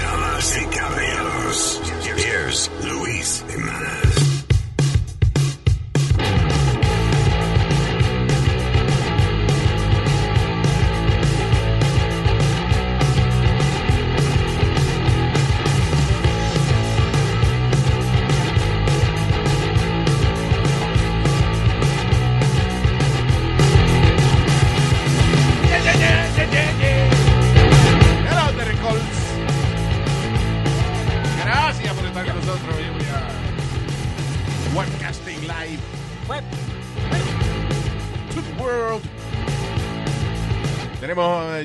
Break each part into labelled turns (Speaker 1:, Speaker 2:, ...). Speaker 1: Damas y caballeros, here's Luis Jimenez.
Speaker 2: Hello, Terry Colts. Gracias por estar con nosotros. Hoy a Webcasting Live. Web. To the world. Tenemos, eh,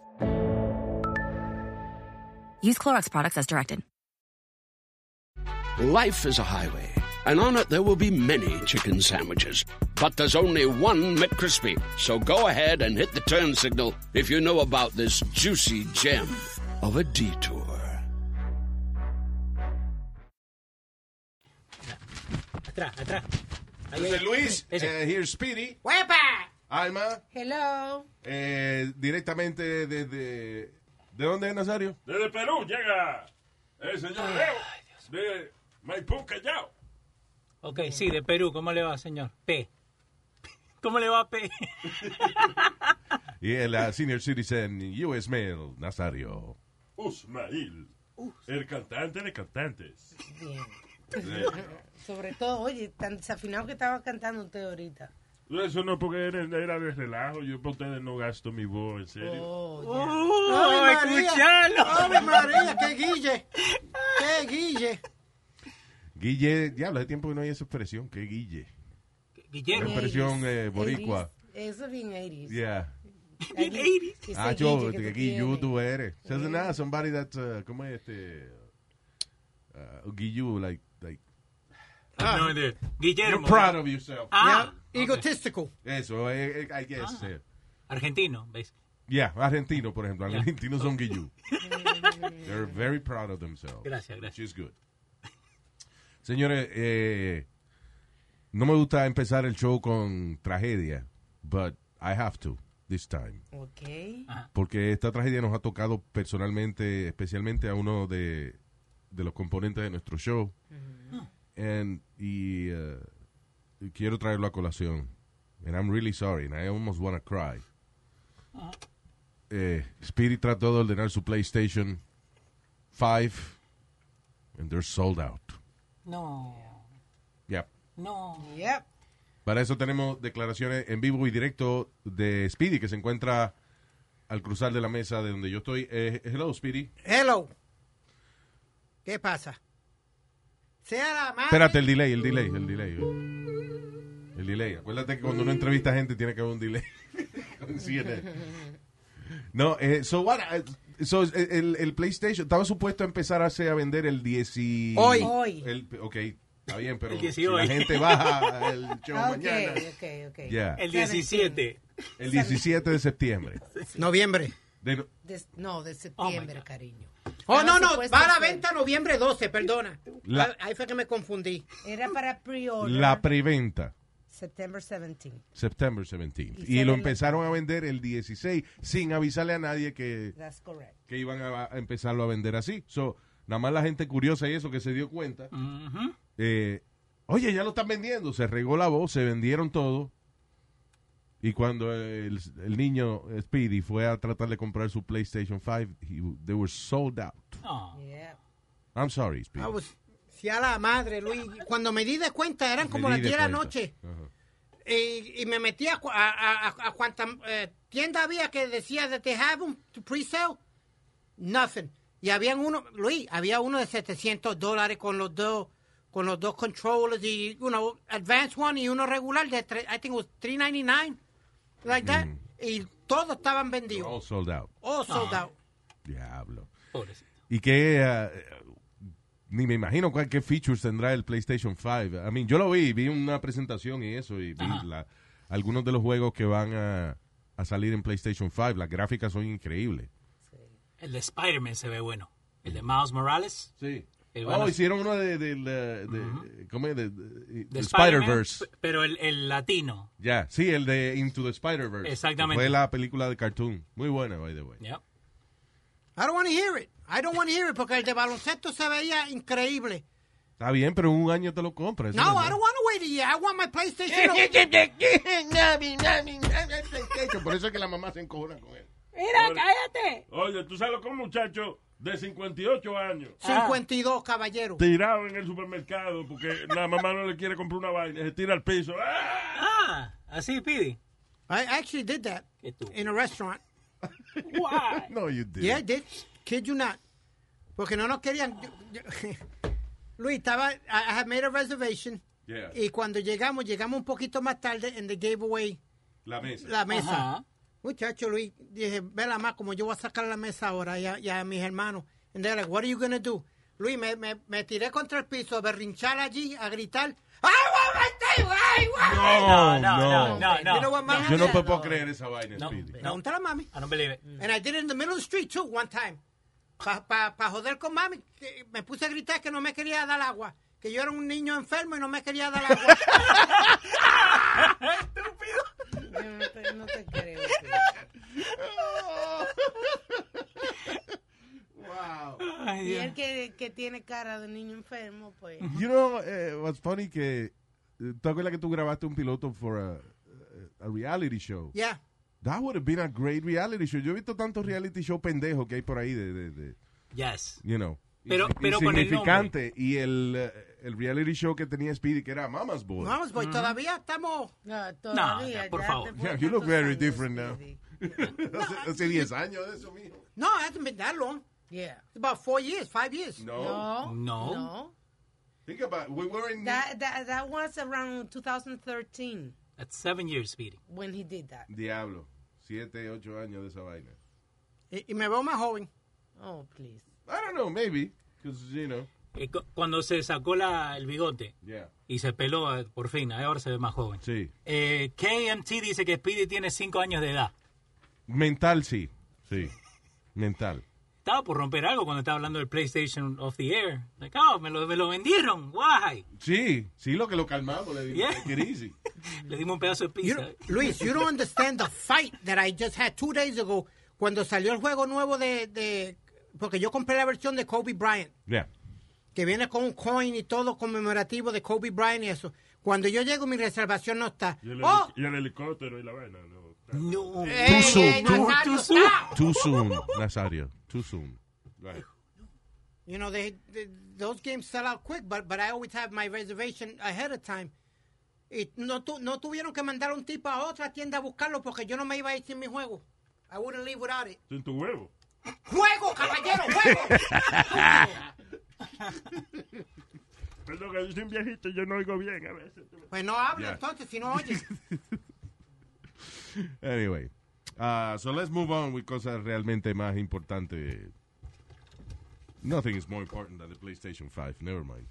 Speaker 3: Use Clorox products as directed.
Speaker 4: Life is a highway, and on it there will be many chicken sandwiches. But there's only one McCrispy. So go ahead and hit the turn signal if you know about this juicy gem of a detour.
Speaker 5: Atrás, atrás. Ahí,
Speaker 2: eh,
Speaker 5: ahí.
Speaker 2: Luis.
Speaker 5: Ese.
Speaker 2: eh, here's Speedy.
Speaker 6: ¡Huepa!
Speaker 2: Alma.
Speaker 6: Hello.
Speaker 2: eh, directamente desde. ¿De dónde es Nazario?
Speaker 7: Desde Perú llega el señor Leo de Maipú, Callao.
Speaker 5: Ok, sí, de Perú. ¿Cómo le va, señor? P. ¿Cómo le va, P?
Speaker 2: Y el ah, Senior Citizen US Mail, Nazario.
Speaker 7: Usmail, el cantante de cantantes.
Speaker 6: Bien. Sobre todo, oye, tan desafinado que estaba cantando usted ahorita.
Speaker 7: Eso no porque era, era de relajo, yo por ustedes no gasto mi voz, en serio.
Speaker 5: ¡Oh, escuchalo!
Speaker 8: ¡Ave María! ¡Qué guille! ¡Qué guille!
Speaker 2: Guille, diablo, hace tiempo que no hay esa expresión. ¿Qué Guille?
Speaker 5: Guillermo.
Speaker 2: Una expresión eh, boricua.
Speaker 6: Eso es bien 80
Speaker 2: Yeah.
Speaker 6: Bien 80
Speaker 2: Ah, yo, que Guillú tú eres. So, it's not somebody that, uh, ¿cómo es este? Uh, Guillú, like, like,
Speaker 5: No, de- Guillermo.
Speaker 2: you're proud of yourself.
Speaker 5: Ah,
Speaker 8: Egotistical.
Speaker 2: Eso, eh, eh, I guess. eh,
Speaker 5: argentino, ¿ves?
Speaker 2: yeah, argentino, por ejemplo.
Speaker 5: Yeah.
Speaker 2: Argentinos son Guillú. They're very proud of themselves.
Speaker 5: Gracias,
Speaker 2: She's
Speaker 5: gracias.
Speaker 2: good. Señores, eh, no me gusta empezar el show con tragedia, but I have to this time.
Speaker 6: Ok.
Speaker 2: Ah. Porque esta tragedia nos ha tocado personalmente, especialmente a uno de, de los componentes de nuestro show. And- y eh, quiero traerlo a colación. And I'm really sorry, and I almost want to cry. Eh, Spirit trató de ordenar su PlayStation 5, and they're sold out.
Speaker 5: No,
Speaker 2: Yep.
Speaker 5: no.
Speaker 6: Yep.
Speaker 2: Para eso tenemos declaraciones en vivo y directo de Speedy, que se encuentra al cruzar de la mesa de donde yo estoy. Eh, hello, Speedy.
Speaker 8: Hello. ¿Qué pasa? Sea la madre.
Speaker 2: Espérate, el delay, el delay, el delay. El delay. Acuérdate que cuando uno entrevista a gente tiene que haber un delay. Con CNN. No, eh, so what, eh, so el- el, el PlayStation estaba supuesto a empezar a, hacer- a vender el 10 y-
Speaker 8: Hoy.
Speaker 6: Hoy.
Speaker 2: El, ok, está bien, pero
Speaker 5: El 10 y
Speaker 2: si la
Speaker 5: hoy.
Speaker 2: gente baja el show
Speaker 6: Ah, Ok,
Speaker 2: mañana.
Speaker 6: ok, ok.
Speaker 2: Ya,
Speaker 5: El 17.
Speaker 2: el 17 de septiembre.
Speaker 8: Noviembre.
Speaker 2: De no-
Speaker 6: De- no, de
Speaker 5: Oh, my
Speaker 6: septiembre,
Speaker 5: God.
Speaker 6: cariño.
Speaker 8: Oh, no,
Speaker 6: Estaba
Speaker 8: no.
Speaker 6: supuesto
Speaker 8: Va a la
Speaker 6: ser.
Speaker 8: venta noviembre 12, perdona.
Speaker 2: La-
Speaker 8: Ah, Ahí fue que me confundí.
Speaker 6: Era para pre-order.
Speaker 2: la preventa.
Speaker 6: September 17.
Speaker 2: September 17.
Speaker 6: Y
Speaker 2: Y,
Speaker 6: sale
Speaker 2: lo
Speaker 6: la-
Speaker 2: empezaron a vender el 16 sin avisarle a nadie que,
Speaker 6: That's correct.
Speaker 2: que iban a, a empezarlo a vender así. So, nada más la gente curiosa y eso que se dio cuenta.
Speaker 5: Ujú.
Speaker 2: eh, Oye, ya lo están vendiendo. Se regó la voz, se vendieron todo. Y cuando el, el niño Speedy fue a tratar de comprar su PlayStation 5, he- they were sold out.
Speaker 5: No.
Speaker 6: Yep.
Speaker 2: I'm sorry, Speedy.
Speaker 8: Ah, pues, Sea la madre, Luis. Cuando me di de cuenta, eran
Speaker 2: Me
Speaker 8: como
Speaker 2: di
Speaker 8: las
Speaker 2: de
Speaker 8: 10 de la
Speaker 2: cuenta.
Speaker 8: noche.
Speaker 2: Ajá.
Speaker 8: y, y me metí a, cua- a, a- a cuanta eh, tienda había que decía de te have un pre-sale, nothing. Y habían uno, Luis, había uno de 700 dólares con los dos, con los dos controllers y uno advanced one y uno regular de tre- I think it was 399, like that.
Speaker 2: Mm.
Speaker 8: Y todos estaban vendidos,
Speaker 2: All sold out.
Speaker 8: all Oh, sold
Speaker 5: Ah.
Speaker 8: out.
Speaker 2: Diablo.
Speaker 5: Pobrecito.
Speaker 2: Y que eh, ni me imagino cuál, qué features tendrá el PlayStation 5. I mean, yo lo vi, vi una presentación y eso, y vi la- algunos de los juegos que van a, a salir en PlayStation 5. Las gráficas son increíbles.
Speaker 5: El de Spider-Man se ve bueno. El de Miles Morales.
Speaker 2: Sí. oh,
Speaker 5: El Eh, bueno-
Speaker 2: hicieron uno de, de, la- de- ¿cómo es? De- de-
Speaker 5: De
Speaker 2: de
Speaker 5: Spider-Man,
Speaker 2: Spider-Verse.
Speaker 5: p- Pero el, el latino.
Speaker 2: Ya, sí, el de Into the Spider-Verse.
Speaker 5: Exactamente.
Speaker 2: Fue la película de cartoon. Muy buena, by the way.
Speaker 5: Yep.
Speaker 8: I don't want to hear it. I don't want to hear it porque el de baloncesto se veía increíble.
Speaker 2: Está bien, pero en un año te lo compras.
Speaker 8: No, I don't want to wait a year. I want my PlayStation.
Speaker 2: Por eso es que la mamá se encojona con él.
Speaker 9: Mira, cállate.
Speaker 7: Oye, tú sabes lo que un muchacho de 58 años
Speaker 8: 52, caballero.
Speaker 7: tirado en el supermercado porque la mamá no le quiere comprar una vaina, se tira al piso. ¡Ah!
Speaker 5: Ah, así, Pidi.
Speaker 8: I actually did that
Speaker 5: Qué tú.
Speaker 8: in a restaurant.
Speaker 9: Why?
Speaker 2: No, you did.
Speaker 8: Yeah, I did. Kid you not. Porque no nos querían. Luis, estaba. I I had made a reservation.
Speaker 2: Yeah.
Speaker 8: Y cuando llegamos, llegamos un poquito más tarde and they gave away
Speaker 2: La mesa.
Speaker 8: la mesa.
Speaker 5: Ajá.
Speaker 8: Muchacho Luis, dije, vela más, como yo voy a sacar la mesa ahora y a, y a mis hermanos. And they're like, what are you going to do? Luis, me, me, me tiré contra el piso a berrinchar allí, a gritar. ¡Ay, guau, ay, guau!
Speaker 2: No,
Speaker 5: Ah, no, no, no, no.
Speaker 8: You know what, mami?
Speaker 2: Yo no puedo creer esa vaina,
Speaker 5: No,
Speaker 2: Speedy.
Speaker 5: Ah, no.
Speaker 8: Pregúntale a mami.
Speaker 5: I don't believe it.
Speaker 8: And I did it in the middle of the street too, one time. Pa, pa, pa joder con mami, que me puse a gritar que no me quería dar agua. Que yo era un niño enfermo y no me quería dar agua.
Speaker 6: Yo no te, no te creo. pues. tío.
Speaker 5: Ay,
Speaker 6: Y
Speaker 5: Dios.
Speaker 6: él que, que tiene cara de niño enfermo, pues.
Speaker 2: You know, eh, what's funny que eh, ¿Te acuerdas que tú grabaste un piloto for a, a reality show?
Speaker 8: yeah.
Speaker 2: That would have been a great reality show. Yo he visto tantos reality show pendejos que hay por ahí de, de- de-
Speaker 5: Yes.
Speaker 2: you know,
Speaker 5: Pero-
Speaker 2: insi-
Speaker 5: pero con el
Speaker 2: insignificante. y el, eh, el reality show que tenía Speedy, que era Mama's Boy.
Speaker 8: Vamos, boy, pues, todavía estamos.
Speaker 6: No, todavía.
Speaker 5: no, por
Speaker 6: ya
Speaker 5: favor.
Speaker 6: después de
Speaker 2: Yeah, you look
Speaker 6: tantos
Speaker 2: very
Speaker 6: años,
Speaker 2: different now.
Speaker 6: Speedy.
Speaker 2: hace, hace 10 años de eso, mijo.
Speaker 8: No, it hasn't been that long.
Speaker 6: Yeah.
Speaker 8: It's about four years, five years.
Speaker 2: No.
Speaker 6: No.
Speaker 5: No.
Speaker 6: No.
Speaker 2: Think about it. We were in...
Speaker 6: That, that, that was around 2013
Speaker 5: That's seven years, Speedy.
Speaker 6: when he did that.
Speaker 2: Diablo. 7, 8 años de esa vaina.
Speaker 8: Y, y me veo más joven.
Speaker 6: Oh, please.
Speaker 2: I don't know, maybe. Because, you know,
Speaker 5: Eh, cu- Cuando se sacó la, el bigote
Speaker 2: yeah.
Speaker 5: y se peló eh, por fin, ahora se ve más joven.
Speaker 2: Sí.
Speaker 5: Eh, KMT dice que Speedy tiene cinco años de edad.
Speaker 2: Mental, sí. Sí. Mental.
Speaker 5: Estaba por romper algo cuando estaba hablando del PlayStation off the air. Like, oh, me lo, me lo vendieron. Why?
Speaker 2: Sí, sí, lo que lo calmamos, le digo,
Speaker 5: Yeah.
Speaker 2: "Take it easy".
Speaker 5: Le dimos un pedazo de
Speaker 8: You
Speaker 5: pizza.
Speaker 8: don't- Luis, you don't understand the fight that I just had two days ago cuando salió el juego nuevo de, de- Porque yo compré la versión de Kobe Bryant,
Speaker 2: Yeah.
Speaker 8: que viene con un coin y todo conmemorativo de Kobe Bryant y eso. Cuando yo llego, mi reservación no está.
Speaker 7: Y, el
Speaker 8: ¡Oh!
Speaker 7: heli- y el helicóptero y la vaina. No,
Speaker 5: No.
Speaker 8: ¡Ey,
Speaker 2: soon.
Speaker 8: ey, Nazario,
Speaker 5: Too
Speaker 8: stop!
Speaker 5: soon.
Speaker 2: Too soon, Nazario. Too soon.
Speaker 8: You know, they, they- those games sell out quick, but, but I always have my reservation ahead of time. Y no, tu, no tuvieron que mandar un tipo a otra tienda a buscarlo porque yo no me iba a ir sin mi juego. I wouldn't leave without it.
Speaker 7: Sin tu huevo.
Speaker 8: ¡Juego, caballero, juego!
Speaker 7: Perdón, que yo soy un viejito y yo no oigo bien a veces.
Speaker 8: Pues no habla
Speaker 2: Yeah.
Speaker 8: entonces, si no oye.
Speaker 2: Anyway. Uh, so let's move on with cosas realmente más importantes. Nothing is more important than the PlayStation 5. Never mind.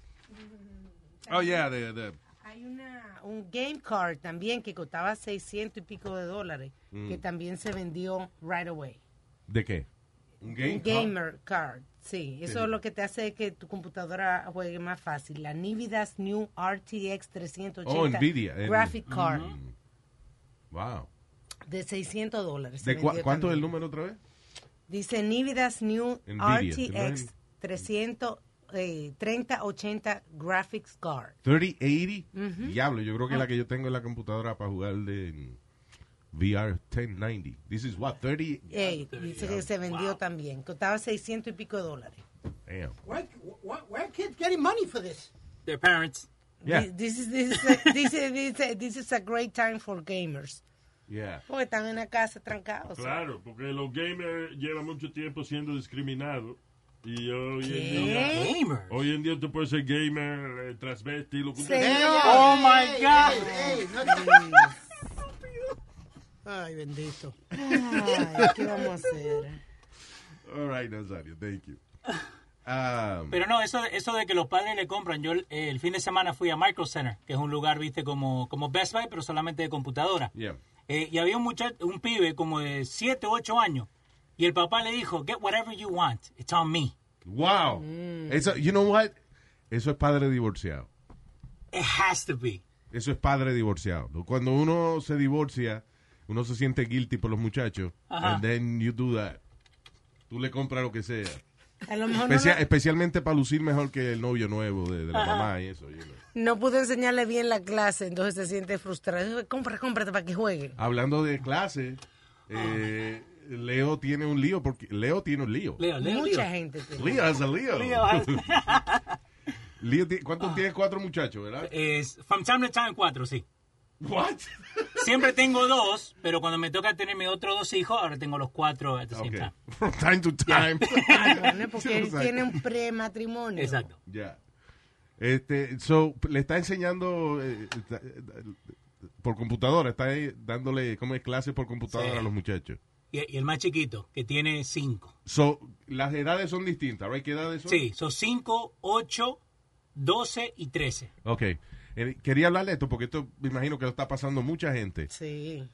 Speaker 2: Oh, yeah, the, the,
Speaker 6: Hay una, un game card también que costaba 600 y pico de dólares, que también se vendió right away.
Speaker 2: ¿de qué? Un game.
Speaker 6: Un gamer card, sí. Eso es lo que te hace que tu computadora juegue más fácil. La Nvidia's New RTX 380
Speaker 2: Oh, Nvidia, el-
Speaker 6: Graphic Card
Speaker 2: Mm. Wow.
Speaker 6: de 600 dólares. se
Speaker 2: ¿De cua-
Speaker 6: vendió
Speaker 2: ¿Cuánto es
Speaker 6: también.
Speaker 2: el número otra vez?
Speaker 6: Dice Nvidia's New
Speaker 2: Nvidia,
Speaker 6: RTX 300, eh, 3080 Graphics Card.
Speaker 2: 3080. Diablo, yo creo que la que yo tengo en la computadora para jugar de mm, VR 1090. This is what, 30?
Speaker 6: Eh, dice que se vendió también. Costaba 600 y pico de dólares.
Speaker 2: Damn.
Speaker 8: Where, where, where kids getting money for this?
Speaker 5: Their parents.
Speaker 2: Yeah.
Speaker 6: This is this is a, this is this is a, this is a great time for gamers.
Speaker 2: Yeah.
Speaker 6: Porque están en la casa trancados.
Speaker 7: Claro, porque los gamers llevan mucho tiempo siendo discriminados. Y hoy
Speaker 6: ¿Qué?
Speaker 7: en día.
Speaker 5: Gamer.
Speaker 7: Hoy en día tú puedes ser gamer, eh, transvesti, lo que tú
Speaker 6: Sí.
Speaker 5: Oh, my God.
Speaker 8: ey, no te- Ay, bendito.
Speaker 6: Ay, ¿qué vamos a hacer?
Speaker 2: All right, Nazario, thank you. Um,
Speaker 5: Pero no, eso, eso de que los padres le compran. Yo el, el fin de semana fui a Micro Center, que es un lugar, viste, como, como Best Buy, pero solamente de computadora.
Speaker 2: yeah.
Speaker 5: Eh, y había un muchacho, un pibe como de 7, 8 años. Y el papá le dijo, get whatever you want, it's on me.
Speaker 2: Wow.
Speaker 6: Mm.
Speaker 2: Eso, you know what? Eso es padre divorciado.
Speaker 5: It has to be.
Speaker 2: Eso es padre divorciado. Cuando uno se divorcia, uno se siente guilty por los muchachos.
Speaker 5: Ajá.
Speaker 2: And then you do that. Tú le compras lo que sea.
Speaker 6: A lo mejor no,
Speaker 2: Especia- especialmente para lucir mejor que el novio nuevo de, de la mamá y eso. you know.
Speaker 6: no pudo enseñarle bien la clase, entonces se siente frustrado. Compra, cómprate para que juegue.
Speaker 2: Hablando de clase, eh, Leo tiene un lío porque Leo tiene un lío.
Speaker 5: Leo, Leo,
Speaker 6: Mucha
Speaker 5: Leo.
Speaker 6: gente tiene.
Speaker 2: Leo es un lío.
Speaker 5: Leo has- Ah.
Speaker 2: Leo ti- ¿Cuántos tienes? Cuatro muchachos, ¿verdad?
Speaker 5: Es from time to time, cuatro, sí.
Speaker 2: What?
Speaker 5: Siempre tengo dos, pero cuando me toca tener mis otros dos hijos, ahora tengo los cuatro at the same
Speaker 2: Okay.
Speaker 5: time.
Speaker 2: From time to time.
Speaker 6: Cabrones, ¿eh? Porque él tiene un prematrimonio.
Speaker 5: Exacto.
Speaker 2: Ya. Este, so, le está enseñando eh, está- eh, por computadora, está ahí dándole como es clases por computadora
Speaker 5: Sí.
Speaker 2: a los muchachos.
Speaker 5: Y, y el más chiquito, que tiene cinco.
Speaker 2: So, las edades son distintas, right? ¿Qué edades son?
Speaker 5: Sí, son cinco, ocho, doce y trece.
Speaker 2: Ok. Eh, Quería hablarle de esto porque esto me imagino que lo está pasando mucha gente.
Speaker 6: Sí.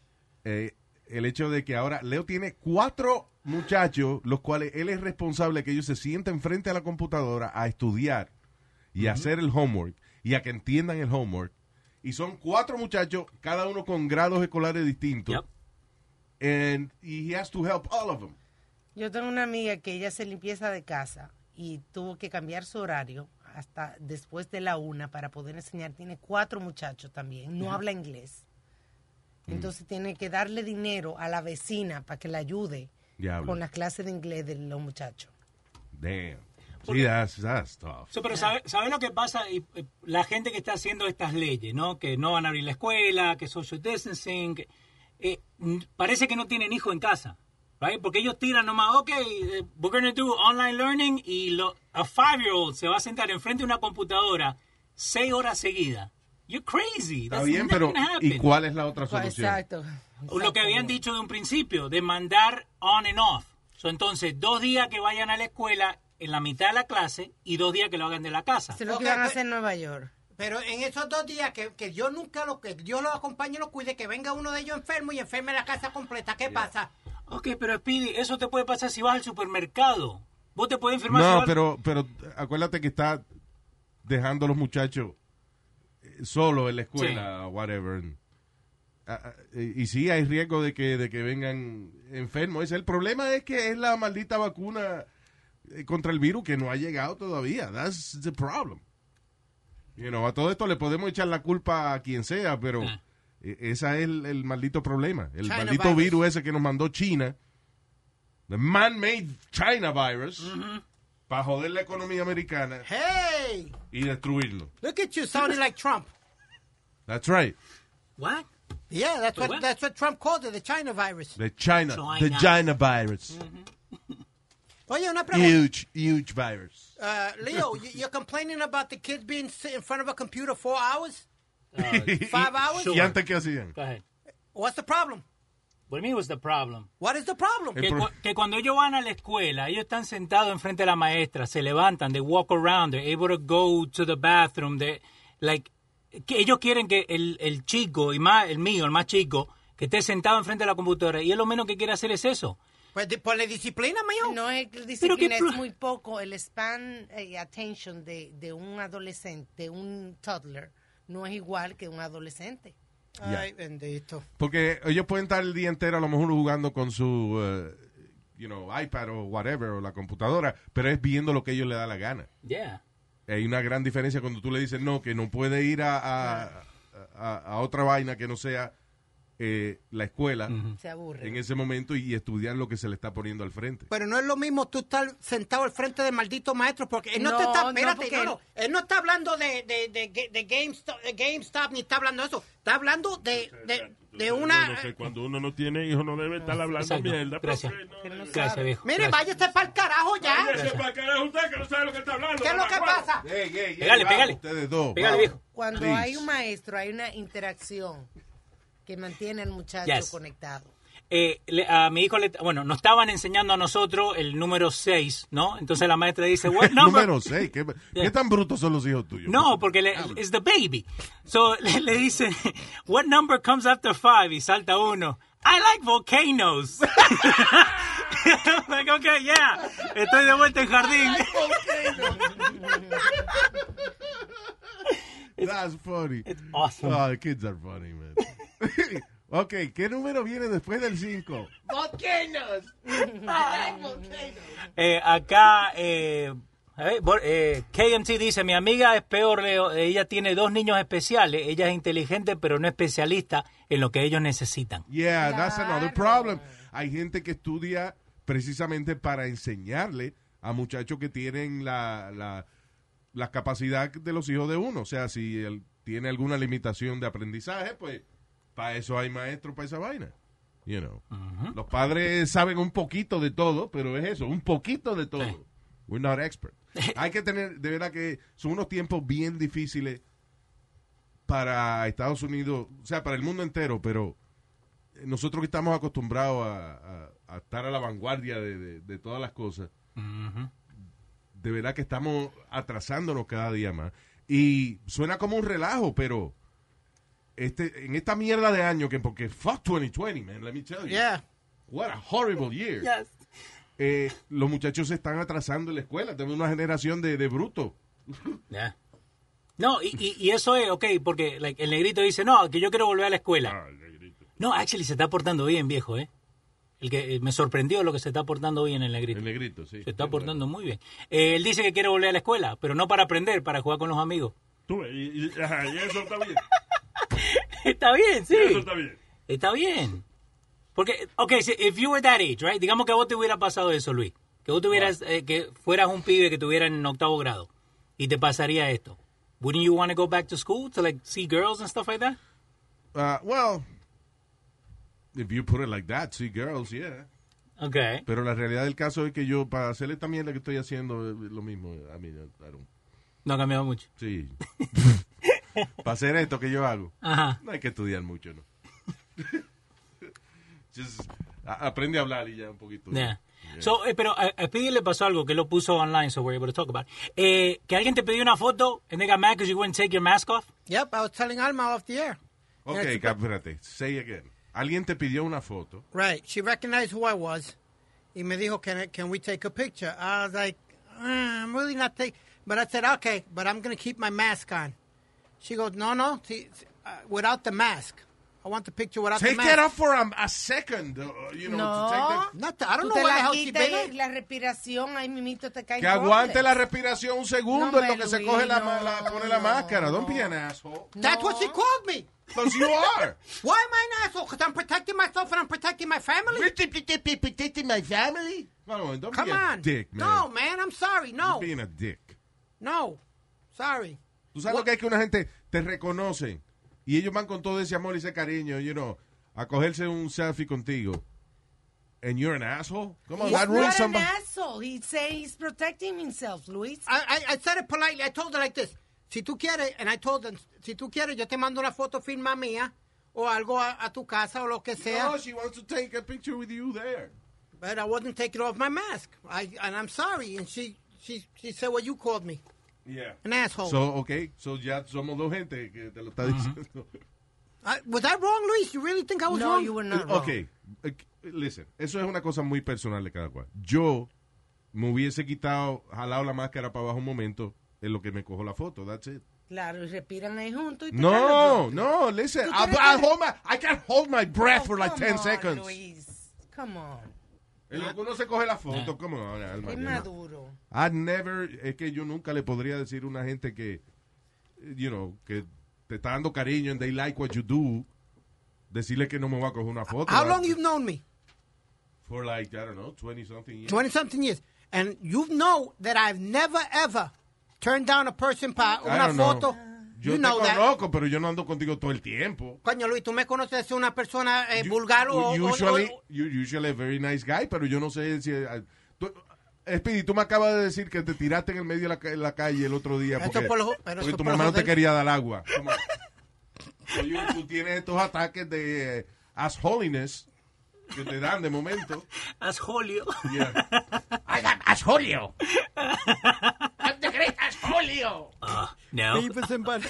Speaker 2: Eh, el hecho de que ahora Leo tiene cuatro muchachos, los cuales él es responsable que ellos se sienten frente a la computadora a estudiar y a hacer el homework y a que entiendan el homework. Y son cuatro muchachos, cada uno con grados escolares distintos.
Speaker 5: Yep.
Speaker 2: And he has to help all of them.
Speaker 6: Yo tengo una amiga que ella se limpieza de casa y tuvo que cambiar su horario hasta después de la una para poder enseñar. Tiene cuatro muchachos también, no habla inglés. Entonces tiene que darle dinero a la vecina para que la ayude
Speaker 2: Diablo.
Speaker 6: con las clases de inglés de los muchachos.
Speaker 2: Damn. Sí, that's, that's tough.
Speaker 5: So, pero ¿sabes sabe lo que pasa? Y, eh, La gente que está haciendo estas leyes, ¿no? Que no van a abrir la escuela, que social distancing. que- eh, n- parece que no tienen hijos en casa, right? Porque ellos tiran nomás, ok, eh, we're going to do online learning y lo, a five-year-old se va a sentar enfrente de una computadora seis horas seguidas. You're crazy.
Speaker 2: Está
Speaker 5: That's
Speaker 2: bien,
Speaker 5: never
Speaker 2: pero
Speaker 5: gonna happen.
Speaker 2: ¿y cuál es la otra
Speaker 6: Pues,
Speaker 2: solución?
Speaker 6: Exacto.
Speaker 5: O lo que habían dicho de un principio, de mandar on and off. So, entonces, dos días que vayan a la escuela en la mitad de la clase y dos días que lo hagan de la casa.
Speaker 6: Eso es lo
Speaker 8: Ok,
Speaker 6: que van a
Speaker 8: pues-
Speaker 6: hacer en Nueva York.
Speaker 8: Pero en esos dos días que, que Dios nunca lo que Dios lo acompañe y lo cuide, que venga uno de ellos enfermo y enferme la casa completa, ¿qué pasa?
Speaker 5: Ok, pero Speedy, eso te puede pasar si vas al supermercado. Vos te puedes enfermar si
Speaker 2: No,
Speaker 5: vas al-
Speaker 2: pero, pero acuérdate que está dejando a los muchachos eh, solos en la escuela, whatever. Ah, ah, Y, y sí, hay riesgo de que, de que vengan enfermos. Ese- El problema es que es la maldita vacuna eh, contra el virus que no ha llegado todavía. That's the problem. You know, a todo esto le podemos echar la culpa a quien sea, pero
Speaker 5: Ah.
Speaker 2: e- esa es el, el maldito problema. El
Speaker 8: Hmm. China
Speaker 2: maldito
Speaker 8: virus.
Speaker 2: virus ese que nos mandó China. The man-made China virus
Speaker 8: Mm-hmm.
Speaker 2: para joder la economía americana
Speaker 8: Hey,
Speaker 2: y destruirlo.
Speaker 8: look at you sounding like Trump.
Speaker 2: That's right.
Speaker 5: What?
Speaker 8: Yeah, that's
Speaker 5: But
Speaker 8: what,
Speaker 5: what?
Speaker 8: that's what Trump called it, the China virus.
Speaker 2: The China,
Speaker 5: China.
Speaker 2: the China virus.
Speaker 8: Mm-hmm. Oye, una pregunta.
Speaker 2: Huge, huge virus.
Speaker 8: Uh, Leo, you- you're complaining about the kids being sit in front of a computer four hours? Five hours?
Speaker 2: ¿Y antes qué hacían?
Speaker 5: Go ahead.
Speaker 8: What's the problem?
Speaker 5: What me was the problem?
Speaker 8: What is the problem?
Speaker 2: El
Speaker 5: Que,
Speaker 2: pro-
Speaker 5: cu- que cuando ellos van a la escuela, ellos están sentados enfrente de la maestra, se levantan, they walk around, they're able to go to the bathroom, they, like, que ellos quieren que el, el chico, y más el mío, el más chico, que esté sentado enfrente de la computadora, y él lo menos que quiere hacer es eso.
Speaker 8: Pues di- ponle disciplina, mijo.
Speaker 6: No es
Speaker 5: Pero qué
Speaker 6: disciplina,
Speaker 5: pro-
Speaker 6: es muy poco. El span eh, attention de, de un adolescente, de un toddler, no es igual que un adolescente.
Speaker 8: Ay, bendito.
Speaker 2: Porque ellos pueden estar el día entero a lo mejor jugando con su, eh, you know, iPad o whatever, o la computadora, pero es viendo lo que ellos le da la gana.
Speaker 5: Yeah.
Speaker 2: Hay una gran diferencia cuando tú le dices no, que no puede ir a, a, a- a otra vaina que no sea eh, la escuela
Speaker 6: Se aburre.
Speaker 2: en ese momento y, y estudiar lo que se le está poniendo al frente.
Speaker 8: Pero no es lo mismo tú estar sentado al frente del maldito maestro porque él no,
Speaker 6: No,
Speaker 8: te está,
Speaker 6: no,
Speaker 8: espérate,
Speaker 6: porque-
Speaker 8: no, no, él no está hablando de, de, de, de- de GameStop, de GameStop ni está hablando de eso, está hablando de, de, de una...
Speaker 7: Bueno, que cuando uno no tiene hijos no debe estar hablando
Speaker 5: Exacto.
Speaker 7: mierda.
Speaker 5: Gracias.
Speaker 7: porque no debe-
Speaker 5: Gracias, viejo.
Speaker 8: Mire,
Speaker 5: Gracias.
Speaker 8: váyase para el carajo ya.
Speaker 7: Cállese para carajo usted que no sabe lo que está hablando.
Speaker 8: ¿Qué es lo que
Speaker 7: mamacuevo.
Speaker 8: pasa?
Speaker 5: Pégale,
Speaker 2: vamos,
Speaker 5: pégale.
Speaker 2: Ustedes dos.
Speaker 5: Pégale,
Speaker 2: vamos.
Speaker 5: viejo.
Speaker 6: Cuando
Speaker 2: Please.
Speaker 6: hay un maestro, hay una interacción que mantiene al muchacho
Speaker 5: Yes.
Speaker 6: conectado.
Speaker 5: Eh, le- a mi hijo, le, bueno, nos estaban enseñando a nosotros el número 6, ¿no? Entonces la maestra dice, what number?
Speaker 2: Número 6. ¿qué, qué tan brutos son los hijos tuyos?
Speaker 5: No, porque le, it's the baby. So le, le dice, what number comes after five? Y salta uno. I like volcanoes. I'm like, okay, yeah. Estoy de vuelta en jardín.
Speaker 2: That's funny.
Speaker 5: It's awesome.
Speaker 2: Oh, the kids are funny, man. ok, ¿qué número viene después del 5?
Speaker 5: Eh, acá, eh, a ver, bo- eh, KMT dice, mi amiga es peor, Leo. Ella tiene dos niños especiales. Ella es inteligente, pero no especialista en lo que ellos necesitan.
Speaker 2: Yeah, that's another problem. Hay gente que estudia precisamente para enseñarle a muchachos que tienen la, la, la capacidad de los hijos de uno. O sea, si él tiene alguna limitación de aprendizaje, pues para eso hay maestros, para esa vaina. You know. Los padres saben un poquito de todo, pero es eso, un poquito de todo.
Speaker 5: Sí.
Speaker 2: We're not expert. Hay que tener, de verdad que son unos tiempos bien difíciles para Estados Unidos, o sea, para el mundo entero, pero eh, nosotros que estamos acostumbrados a, a- a estar a la vanguardia de, de- de todas las cosas, de verdad que estamos atrasándonos cada día más. Y suena como un relajo, pero este, en esta mierda de año, que porque fuck 2020, man, let me tell you.
Speaker 8: Yeah.
Speaker 2: What a horrible year.
Speaker 9: Yes.
Speaker 2: Eh, los muchachos se están atrasando en la escuela. Tenemos una generación de, de brutos.
Speaker 5: Yeah. No, y, y- y eso es, ok, porque like, el negrito dice, no, que yo quiero volver a la escuela.
Speaker 7: Ah, le grito.
Speaker 5: No, actually se está portando bien, viejo, ¿eh? El que eh, me sorprendió lo que se está portando bien el negrito.
Speaker 2: El negrito, sí.
Speaker 5: Se está portando muy bien. Eh, él dice que quiere volver a la escuela, pero no para aprender, para jugar con los amigos.
Speaker 7: Tú, ves, y, y- ajá, y eso está bien.
Speaker 5: Está bien, sí.
Speaker 7: Eso está bien.
Speaker 5: Está bien. Porque, ok, si, if you were that age, right? Digamos que a vos te hubiera pasado eso, Luis. Que vos tuvieras, eh, que fueras un pibe que estuviera en octavo grado y te pasaría esto. Wouldn't you want to go back to school to like see girls and stuff like that?
Speaker 2: Uh, well, if you put it like that, see girls, yeah.
Speaker 5: Okay.
Speaker 2: Pero la realidad del caso es que yo, para hacerle esta mierda que estoy haciendo, eh, lo mismo. A mí, I don't-
Speaker 5: No ha cambiado mucho.
Speaker 2: sí. para hacer esto que yo hago,
Speaker 5: Ajá.
Speaker 2: no hay que estudiar mucho, ¿no? Just, a- aprende a hablar y ya un poquito.
Speaker 5: Yeah. So, eh, pero a, a Speedy le pasó algo que lo puso online, so we're able to talk about. it. Eh, que alguien te pidió una foto and they got mad because you wouldn't take your mask off.
Speaker 8: Yep, I was telling Alma off the air.
Speaker 2: Ok, cap- espérate. Say again. Alguien te pidió una foto.
Speaker 8: Right. She recognized who I was. Y me dijo, can, I, can we take a picture? I was like, "Uh, I'm really not taking. But I said, okay, but I'm going to keep my mask on. She goes, no, no, t- t- uh, without the mask. I want the picture without the
Speaker 2: Take
Speaker 8: mask.
Speaker 2: it off for a, a second. uh, you know, to take the-
Speaker 6: No,
Speaker 8: Not the- I don't
Speaker 6: tú
Speaker 8: know
Speaker 6: te
Speaker 8: why the
Speaker 6: la
Speaker 8: hell she
Speaker 6: quitas
Speaker 8: did it.
Speaker 6: y la respiración, ahí mimito te cae.
Speaker 2: Que
Speaker 6: en
Speaker 2: aguante
Speaker 6: topless.
Speaker 2: la respiración un segundo
Speaker 6: No,
Speaker 2: en lo que se
Speaker 6: Luis,
Speaker 2: coge la,
Speaker 6: no,
Speaker 2: ma- la- pone la
Speaker 6: no,
Speaker 2: máscara. Don't
Speaker 6: no.
Speaker 2: be an asshole.
Speaker 8: That's what she called me.
Speaker 2: Because you are.
Speaker 8: Why am I an asshole? Because I'm protecting myself and I'm protecting my family.
Speaker 2: protecting my family? No, don't
Speaker 8: Come
Speaker 2: be a
Speaker 8: on.
Speaker 2: dick, man.
Speaker 8: No, man, I'm sorry. No,
Speaker 2: Being a dick.
Speaker 8: no. Sorry.
Speaker 2: Tú sabes lo que es que una gente te reconoce y ellos van con todo ese amor y ese cariño, you know, a cogerse un selfie contigo. And you're an asshole? Come on,
Speaker 6: He's
Speaker 2: that ruins
Speaker 6: not an
Speaker 2: somebody.
Speaker 6: asshole. He say he's protecting himself, Luis.
Speaker 8: I, I, I said it politely. I told her like this. Si tú quieres, and I told them, si tú quieres, yo te mando una foto firma mía o algo a, a tu casa o lo que sea.
Speaker 2: No, she wants to take a picture with you there.
Speaker 8: But I wasn't taking off my mask. I and I'm sorry. And she she she said what you called me,
Speaker 2: Yeah.
Speaker 8: an asshole.
Speaker 2: So, okay, so ya somos dos gente que te lo está diciendo.
Speaker 8: I, was I wrong, Luis? You really think I was
Speaker 6: No,
Speaker 8: wrong?
Speaker 6: you were not wrong.
Speaker 2: Ok, eh, listen, eso es una cosa muy personal de cada cual. Yo me hubiese quitado, jalado la máscara para abajo un momento en lo que me cojo la foto, that's it.
Speaker 6: Claro, y respiran ahí juntos. y te caen
Speaker 2: No,
Speaker 6: los dos.
Speaker 2: no, listen,
Speaker 6: Tú
Speaker 2: I,
Speaker 6: tienes
Speaker 2: I
Speaker 6: que-
Speaker 2: hold my, I can't hold my breath
Speaker 6: Oh,
Speaker 2: for like
Speaker 6: come
Speaker 2: 10
Speaker 6: on,
Speaker 2: seconds.
Speaker 6: Luis, come on.
Speaker 2: En lo que uno se coge la foto, come on, Alma,
Speaker 6: Es
Speaker 2: you know.
Speaker 6: maduro.
Speaker 2: I never, es que yo nunca le podría decir a una gente que, you know, que te está dando cariño and they like what you do, Decirle que no me voy a coger una foto.
Speaker 8: How long you've known me?
Speaker 2: For like, I don't know, 20 something years.
Speaker 8: 20 something years. And you know that I've never ever turned down a person para
Speaker 2: I
Speaker 8: una
Speaker 2: don't know.
Speaker 8: foto.
Speaker 2: Yo
Speaker 8: you
Speaker 2: te
Speaker 8: know that.
Speaker 2: conozco, pero yo no ando contigo todo el tiempo.
Speaker 8: Coño, Luis, tú me conoces es una persona eh, vulgar o, o-
Speaker 2: usually,
Speaker 8: o-
Speaker 2: you- usually a very nice guy, pero yo no sé si... eh, tú- Speedy, tú me acabas de decir que te tiraste en el medio de la, ca- en la calle el otro día
Speaker 8: Esto
Speaker 2: porque,
Speaker 8: por lo-
Speaker 2: porque
Speaker 8: pero eso
Speaker 2: tu
Speaker 8: por
Speaker 2: mamá no te
Speaker 8: joder.
Speaker 2: quería dar agua. Come on. So you- tú tienes estos ataques de eh, as holiness que te dan de momento.
Speaker 5: As Jolio.
Speaker 2: Yeah.
Speaker 5: No.
Speaker 8: He was in bed.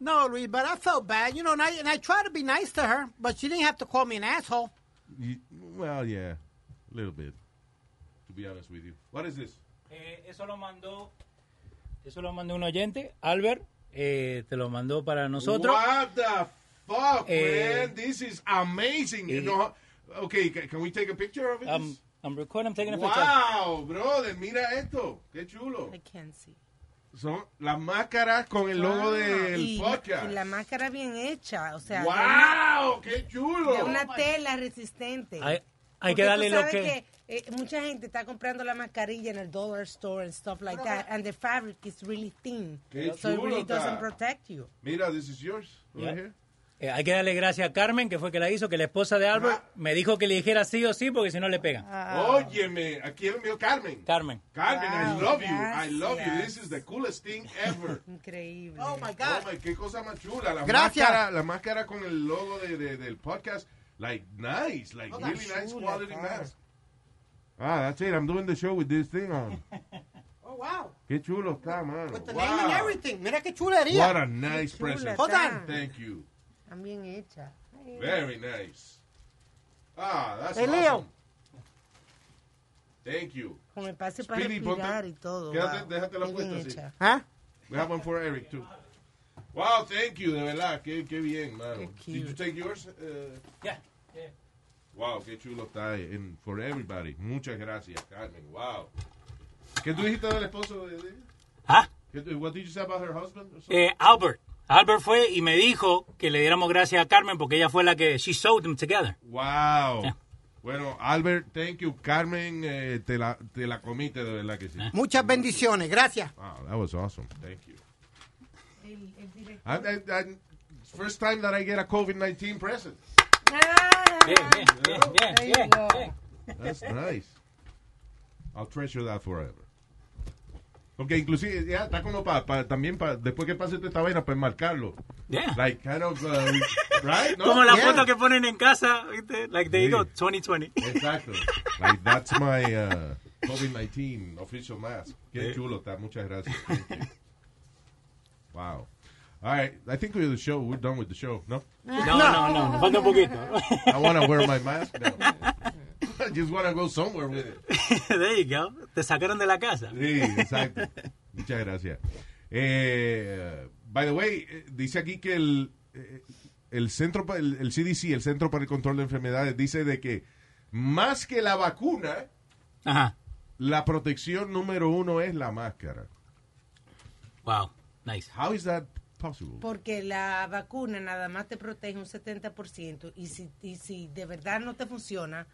Speaker 8: no, Luis, but I felt bad, you know, and I, and I tried to be nice to her, but she didn't have to call me an asshole.
Speaker 2: You- well, yeah, a little bit. To be honest with you. What is this?
Speaker 5: Eh, eso lo mandó. Eso lo mandó un oyente, Albert. eh, te lo mandó para nosotros.
Speaker 2: What the fuck,
Speaker 5: Eh,
Speaker 2: man? This is amazing. you
Speaker 5: eh,
Speaker 2: know, okay, ca- can we take a picture of it?
Speaker 5: I'm, I'm recording, I'm taking a picture.
Speaker 2: wow, brother, mira esto. Qué chulo.
Speaker 6: I can't see.
Speaker 2: Son las máscaras con el logo
Speaker 6: Wow.
Speaker 2: del
Speaker 6: Ah, y,
Speaker 2: podcast.
Speaker 6: y la máscara bien hecha, o sea,
Speaker 2: wow, qué
Speaker 6: de,
Speaker 2: chulo.
Speaker 6: una, de una tela resistente.
Speaker 5: Hay, hay
Speaker 6: Porque
Speaker 5: que
Speaker 6: tú
Speaker 5: darle lo
Speaker 6: sabes
Speaker 5: que.
Speaker 6: eh, mucha gente está comprando la mascarilla en el dollar store and stuff like that, and the fabric is really thin,
Speaker 2: Qué
Speaker 6: so it
Speaker 2: chulo
Speaker 6: really
Speaker 2: está.
Speaker 6: doesn't protect you.
Speaker 2: Mira, this is yours. right
Speaker 5: Yeah.
Speaker 2: here.
Speaker 5: eh, hay que darle gracias a Carmen, que fue que la hizo, que la esposa de Albert me dijo que le dijera sí o sí, porque si no le pegan.
Speaker 6: Ah.
Speaker 2: Óyeme, aquí el mío Carmen.
Speaker 5: Carmen.
Speaker 2: Carmen, I
Speaker 6: Wow,
Speaker 2: love you. I love you.
Speaker 6: gracias.
Speaker 2: This is the coolest thing ever.
Speaker 6: Increíble.
Speaker 8: Oh, my God.
Speaker 2: Oh, my, qué cosa más chula. La
Speaker 8: Gracias.
Speaker 2: Máscara, la máscara con el logo de, de- del podcast. Like, nice. Like,
Speaker 8: Oh,
Speaker 2: really
Speaker 8: that's
Speaker 2: nice
Speaker 8: chula,
Speaker 2: quality
Speaker 8: claro.
Speaker 2: mask. Ah, that's it. I'm doing the show with this thing on.
Speaker 8: Oh, wow.
Speaker 2: Qué chulo está, mano.
Speaker 8: With the
Speaker 2: wow.
Speaker 8: name and everything. Mira qué chulería.
Speaker 2: What a nice
Speaker 6: Qué chula
Speaker 2: present.
Speaker 8: Hold
Speaker 6: está.
Speaker 8: on.
Speaker 2: Thank you.
Speaker 6: Están bien hechas. Ay,
Speaker 2: Very nice. Ah, that's
Speaker 8: Hey, Leo.
Speaker 2: awesome. Thank you.
Speaker 6: Con el pase para
Speaker 2: Speedy, ponte-
Speaker 6: respirar y todo.
Speaker 2: quédate-
Speaker 6: wow.
Speaker 2: déjatela
Speaker 6: Qué
Speaker 2: puesta
Speaker 6: bien
Speaker 2: así.
Speaker 6: hecha.
Speaker 8: ¿Ah?
Speaker 2: We have one for Eric, too. Wow, thank you, de verdad. Qué, qué bien, mano.
Speaker 6: Qué
Speaker 2: Did you
Speaker 6: cute.
Speaker 2: take yours? Uh,
Speaker 5: Yeah, yeah.
Speaker 2: Wow, qué chulo está. eh, And for everybody. Muchas gracias, Carmen. Wow. ¿Qué tú dijiste del esposo de de-
Speaker 5: ¿Ah?
Speaker 2: ¿Qué tú- What did you say about her husband? or something?
Speaker 5: Eh, Albert. Albert fue y me dijo que le diéramos gracias a Carmen porque ella fue la que. She sewed them together.
Speaker 2: Wow.
Speaker 5: Yeah.
Speaker 2: Bueno, Albert, thank you. Carmen, eh, te, la, te la comiste, de verdad que sí.
Speaker 8: Muchas bendiciones. Gracias.
Speaker 2: Wow, that was awesome. Thank you.
Speaker 6: El- el director-
Speaker 2: I, I, I, first time that I get a COVID-19 present.
Speaker 6: Ah,
Speaker 5: Bien, bien, bien, bien,
Speaker 6: there you
Speaker 5: bien,
Speaker 6: go.
Speaker 5: bien.
Speaker 2: That's nice. I'll treasure that forever. Porque inclusive, ya está como para, también, pa, después que pase toda esta vaina, pues marcarlo.
Speaker 5: Yeah.
Speaker 2: Like, kind of, uh, right? No?
Speaker 5: Como la
Speaker 2: Yeah.
Speaker 5: foto que ponen en casa, ¿viste? Like, there you go,
Speaker 2: Sí.
Speaker 5: 2020.
Speaker 2: Exacto. Like, that's my uh, COVID-19 official mask. Qué chulo está. Muchas gracias. Thank you. Wow. All right. I think we're the show. We're done with the show. No?
Speaker 5: No, no, no, nos falta un poquito.
Speaker 2: I want to wear my mask now. I just want to go somewhere with it.
Speaker 5: There you go. Te sacaron de la casa.
Speaker 2: Sí, exacto. Muchas gracias. Eh, by the way, eh, dice aquí que el, eh, el centro, pa- el, el CDC, el Centro para el Control de Enfermedades, dice de que más que la vacuna,
Speaker 5: Ajá.
Speaker 2: la protección número uno es la máscara.
Speaker 5: Wow, nice.
Speaker 2: How is that possible?
Speaker 6: Porque la vacuna nada más te protege un 70% y si, y si de verdad no te funciona,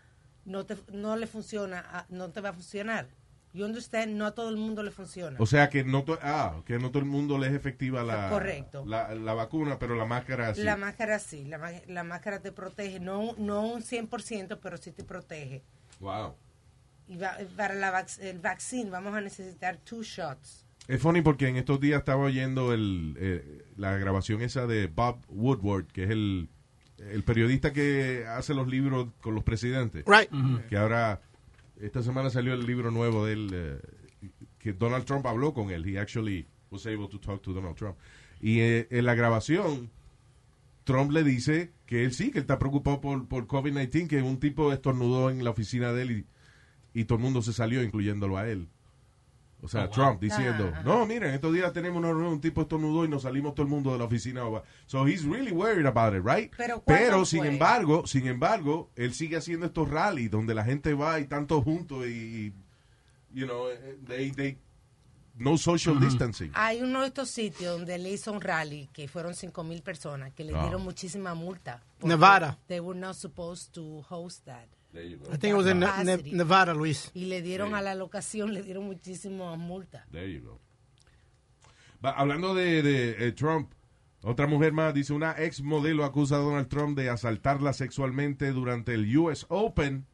Speaker 6: no, te, no le funciona, a- no te va a funcionar. Yo understand, no a todo el mundo le funciona.
Speaker 2: O sea que no, to- ah, que no todo el mundo le es efectiva la,
Speaker 6: Correcto.
Speaker 2: la, la vacuna, pero la máscara sí.
Speaker 6: La máscara sí, la, ma- la máscara te protege, no, no un 100%, pero sí te protege.
Speaker 2: wow.
Speaker 6: Y va- para la vac- el vaccine vamos a necesitar two shots.
Speaker 2: Es funny porque en estos días estaba oyendo el, eh, la grabación esa de Bob Woodward, que es el, el periodista que hace los libros con los presidentes.
Speaker 8: Right.
Speaker 2: Que ahora, esta semana salió el libro nuevo del que Donald Trump habló con él. He actually was able to talk to Donald Trump. Y eh, en la grabación, Trump le dice que él sí, que él está preocupado por, por COVID-19, que un tipo estornudó en la oficina de él y, y todo el mundo se salió, incluyéndolo a él. O sea, Trump diciendo,
Speaker 6: Oh, Ah, ajá.
Speaker 2: no, miren, estos días tenemos una reunión, un tipo estornudó y nos salimos todo el mundo de la oficina. So he's really worried about it, right?
Speaker 6: Pero, ¿cuándo
Speaker 2: Pero sin
Speaker 6: fue?
Speaker 2: embargo, sin embargo, él sigue haciendo estos rallies donde la gente va y tanto juntos y, y, you know, eh, they, they no social distancing.
Speaker 6: Hay uno de estos sitios donde le hizo un rally que fueron 5 mil personas que le
Speaker 2: Ah.
Speaker 6: dieron muchísima multa. porque
Speaker 8: Nevada.
Speaker 6: They were not supposed to host that. ah,
Speaker 8: I think it was in Ne- Ne-
Speaker 6: Capacity.
Speaker 8: Nevada, Luis.
Speaker 6: Y le dieron a la locación, le dieron muchísima multa.
Speaker 2: There you go. Va, hablando de, de, eh, Trump, otra mujer más dice, una ex modelo acusa a Donald Trump de asaltarla sexualmente durante el US Open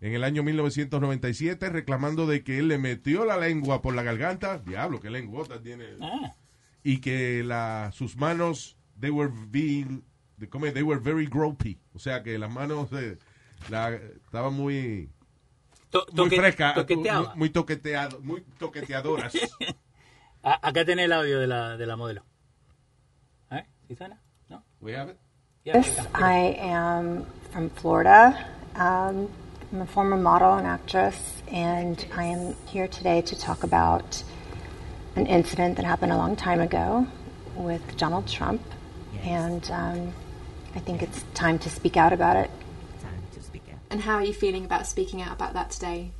Speaker 2: en el año 1997, reclamando de que él le metió la lengua por la garganta. Diablo, qué lenguota tiene.
Speaker 5: Ah,
Speaker 2: Y que la, sus manos, they were being, de- ¿cómo es? They were very gropey. O sea, que las manos eh, la, estaban muy...
Speaker 5: to-
Speaker 2: Muy
Speaker 5: toque-
Speaker 2: fresca,
Speaker 5: toqueteaba.
Speaker 2: muy, muy toqueteado, muy toqueteadoras.
Speaker 5: A- acá tiene el audio de la, de la modelo. ¿Eh? ¿Susana? ¿No?
Speaker 2: We have it.
Speaker 5: Ya, ahí está.
Speaker 10: I am from Florida. Um, I'm a former model and actress, and I am here today to talk about an incident that happened a long time ago with Donald Trump. And um, I think it's time to speak out about it.
Speaker 11: And how are you feeling about speaking out about that today?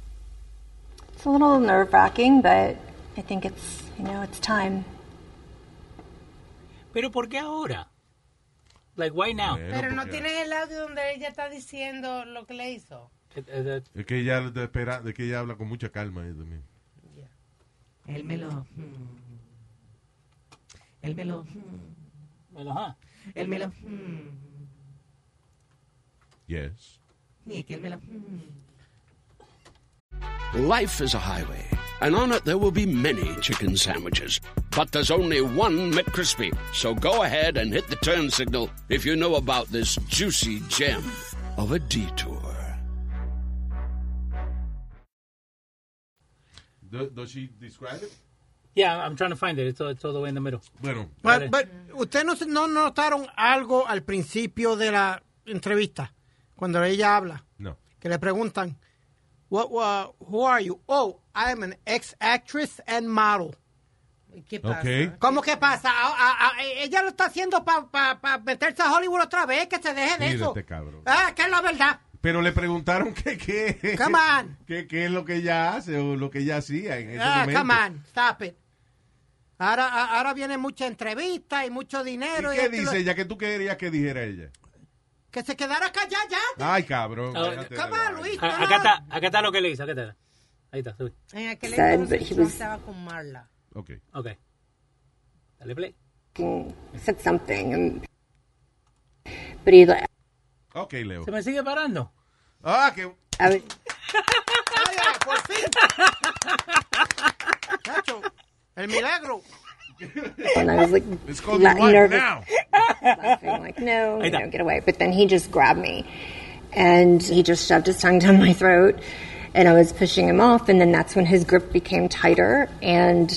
Speaker 10: It's a little nerve wracking, but I think it's, you know, it's time.
Speaker 5: Pero ¿por qué ahora? Like, why now?
Speaker 2: Bueno,
Speaker 6: Pero no
Speaker 2: porque-
Speaker 6: tienen el audio donde ella está diciendo lo que le hizo.
Speaker 5: Eh, eh, eh,
Speaker 2: Es que ella, de espera, de que ella habla con mucha calma. eh, también.
Speaker 12: Él me lo. mm. Él me lo. mm.
Speaker 5: bueno, ajá.
Speaker 12: Él me lo. mm.
Speaker 2: Yes.
Speaker 12: Y que él me lo. mm.
Speaker 4: Life is a highway, and on it there will be many chicken sandwiches. But there's only one McCrispy. So go ahead and hit the turn signal if you know about this juicy gem of a detour.
Speaker 2: Do- does she describe it?
Speaker 5: Yeah, I'm trying to find it. It's all, it's all the way in the middle.
Speaker 2: Bueno,
Speaker 5: Vale.
Speaker 8: But, but, ¿Ustedes no, se- no notaron algo al principio de la entrevista? Cuando ella habla,
Speaker 2: no.
Speaker 8: que le preguntan, what, what- who are you? Oh, I am an ex-actress and model.
Speaker 6: ¿Y ¿Qué pasa?
Speaker 2: Ok.
Speaker 8: ¿Cómo que pasa? Ah, A- a- a- eh, ella lo está haciendo para meterse a Hollywood otra vez, que se deje de eso.
Speaker 2: Mírate, este cabrón.
Speaker 8: Ah, que es la verdad.
Speaker 2: Pero le preguntaron que qué
Speaker 8: Come on.
Speaker 2: que qué es lo que ella hace o lo que ella hacía en ese
Speaker 8: Ah,
Speaker 2: momento.
Speaker 8: come on, stop it. Ahora, a- ahora viene mucha entrevista y mucho dinero.
Speaker 2: ¿Y qué
Speaker 8: esto y lo-
Speaker 2: dice ella? ¿Qué tú querías que dijera ella?
Speaker 8: Que se quedara callada ya.
Speaker 2: Ay, cabrón.
Speaker 5: Ah,
Speaker 2: déjate de
Speaker 8: Come
Speaker 2: la-
Speaker 8: on, Luis.
Speaker 5: A-
Speaker 8: no,
Speaker 5: acá,
Speaker 8: no.
Speaker 5: está, acá está lo que le hizo. Acá está. Ahí está, sube.
Speaker 6: En aquel
Speaker 10: Said, but
Speaker 6: entonces
Speaker 10: he
Speaker 6: Trump
Speaker 10: was-
Speaker 6: estaba con Marla.
Speaker 2: Ok.
Speaker 5: Ok. Dale play.
Speaker 10: Said something, and but he,
Speaker 2: Ok, Leo.
Speaker 5: Se me sigue parando.
Speaker 2: Ah, que
Speaker 10: I was,
Speaker 8: Oye, por fin. Chacho, el milagro.
Speaker 10: and I was like,
Speaker 2: Let's call the
Speaker 10: la-
Speaker 2: wife
Speaker 10: nervous.
Speaker 2: now.
Speaker 10: laughing, like, no,
Speaker 5: Ahí
Speaker 10: you
Speaker 5: está.
Speaker 10: know, get away. But then he just grabbed me and he just shoved his tongue down my throat and I was pushing him off. And then that's when his grip became tighter and,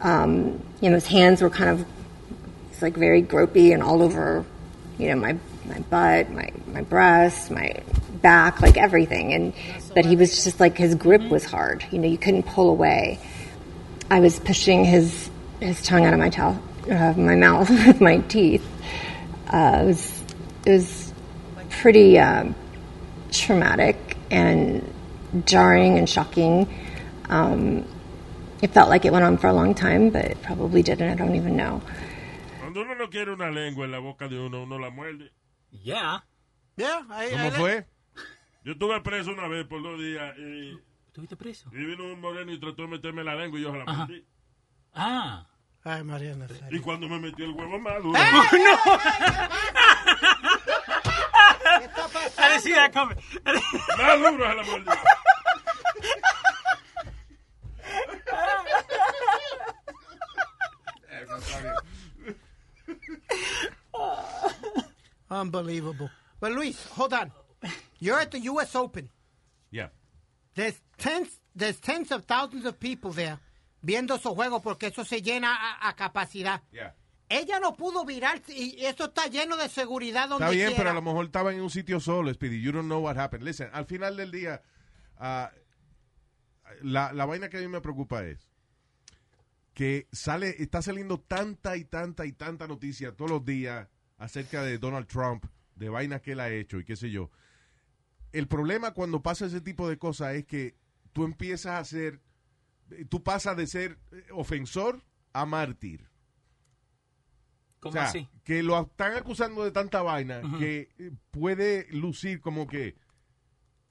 Speaker 10: um, you know, his hands were kind of, it's like very gropey and all over, you know, my, my butt, my, my breast, my back, like everything. And, but he was just like, his grip was hard. You know, you couldn't pull away. I was pushing his his tongue out of my towel, uh, my mouth with my teeth. Uh, it was it was pretty um traumatic and jarring and shocking. Um, it felt like it went on for a long time, but it probably didn't. I don't even know.
Speaker 7: Cuando uno no quiere una lengua en la boca de uno, uno la muerde.
Speaker 5: Yeah.
Speaker 8: Yeah, ahí-
Speaker 2: ¿Cómo
Speaker 8: ahí le-
Speaker 2: fue?
Speaker 7: Yo estuve preso una vez por dos días y,
Speaker 5: ¿Estuviste preso?
Speaker 7: y vino un moreno y trató de meterme la lengua y yo se la mordí.
Speaker 5: Ah.
Speaker 8: Ay, Mariana.
Speaker 7: Y cuando me metió el huevo más duro.
Speaker 5: I didn't see that coming.
Speaker 7: Más duro se la mordí.
Speaker 8: Unbelievable. But Luis, hold on. You're at the U.S. Open.
Speaker 2: Yeah.
Speaker 8: There's tens, there's tens of thousands of people there viendo esos juegos porque eso se llena a, a capacidad.
Speaker 2: Yeah.
Speaker 8: Ella no pudo virar y eso está lleno de seguridad donde
Speaker 2: Está bien,
Speaker 8: quiera.
Speaker 2: pero a lo mejor estaba en un sitio solo, Speedy. You don't know what happened. Listen, al final del día, ah, la, la vaina que a mí me preocupa es que sale, está saliendo tanta y tanta y tanta noticia todos los días acerca de Donald Trump, de vainas que él ha hecho y qué sé yo. El problema cuando pasa ese tipo de cosas es que tú empiezas a hacer eh, tú pasas de ser eh, ofensor a mártir.
Speaker 5: ¿Cómo
Speaker 2: o sea,
Speaker 5: así?
Speaker 2: que lo están acusando de tanta vaina que eh, puede lucir como que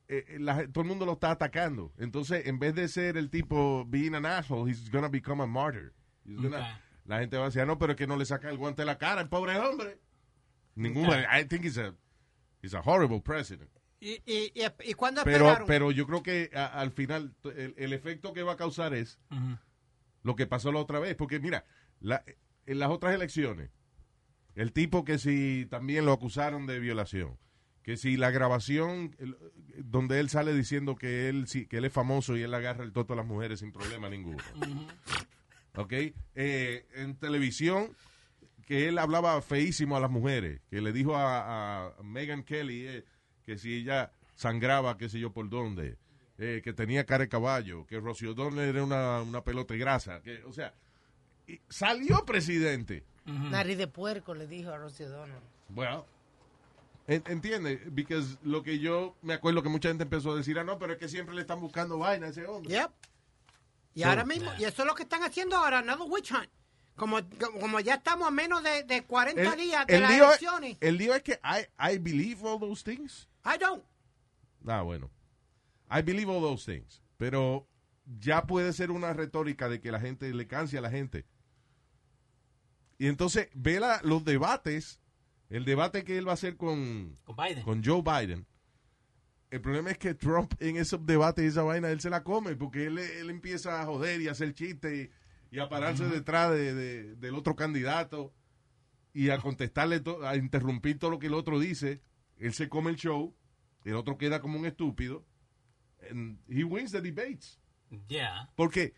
Speaker 2: eh, la- todo el mundo lo está atacando. Entonces, en vez de ser el tipo being an asshole, he's gonna become a martyr. He's gonna-
Speaker 5: Ok.
Speaker 2: La gente va a decir, "Ah, no, pero es que no le saca el guante de la cara, el pobre hombre. Ningún, I think he's a, he's a horrible president.
Speaker 8: ¿Y, y, y, y cuándo
Speaker 2: Pero,
Speaker 8: esperaron?
Speaker 2: pero yo creo que a- al final t- el, el efecto que va a causar es lo que pasó la otra vez. Porque mira, la- en las otras elecciones, el tipo que si también lo acusaron de violación, que si la grabación el- donde él sale diciendo que él, sí- que él es famoso y él agarra el toto a las mujeres sin problema ninguno. ¿Ok? Eh, en televisión, que él hablaba feísimo a las mujeres, que le dijo a, a Megan Kelly eh, que si ella sangraba, qué sé yo por dónde, eh, que tenía cara de caballo, que Rocío Donnelly era una, una pelota de grasa, que, o sea, y salió presidente.
Speaker 6: Nariz de puerco, le dijo a Rocío Donald.
Speaker 2: Bueno. Entiende, because lo que yo me acuerdo que mucha gente empezó a decir, ah, no, pero es que siempre le están buscando vaina a ese hombre.
Speaker 8: Y
Speaker 2: So-
Speaker 8: ahora mismo, y eso es lo que están haciendo ahora, another witch hunt. Como, como ya estamos a menos de, de 40
Speaker 2: El,
Speaker 8: días de
Speaker 2: el,
Speaker 8: las
Speaker 2: lío, eh,
Speaker 8: elecciones.
Speaker 2: el lío es que I, I believe all those things.
Speaker 8: I don't.
Speaker 2: Ah, bueno. I believe all those things. Pero ya puede ser una retórica de que la gente le canse a la gente. Y entonces ve la- los debates, el debate que él va a hacer con,
Speaker 5: Con Biden.
Speaker 2: con Joe Biden. El problema es que Trump en esos debates, esa vaina, él se la come porque él, él empieza a joder y a hacer chistes y, y a pararse detrás de- de- del otro candidato y a contestarle, to- a interrumpir todo lo que el otro dice. Él se come el show, el otro queda como un estúpido. And he wins the debates.
Speaker 5: Yeah.
Speaker 2: Porque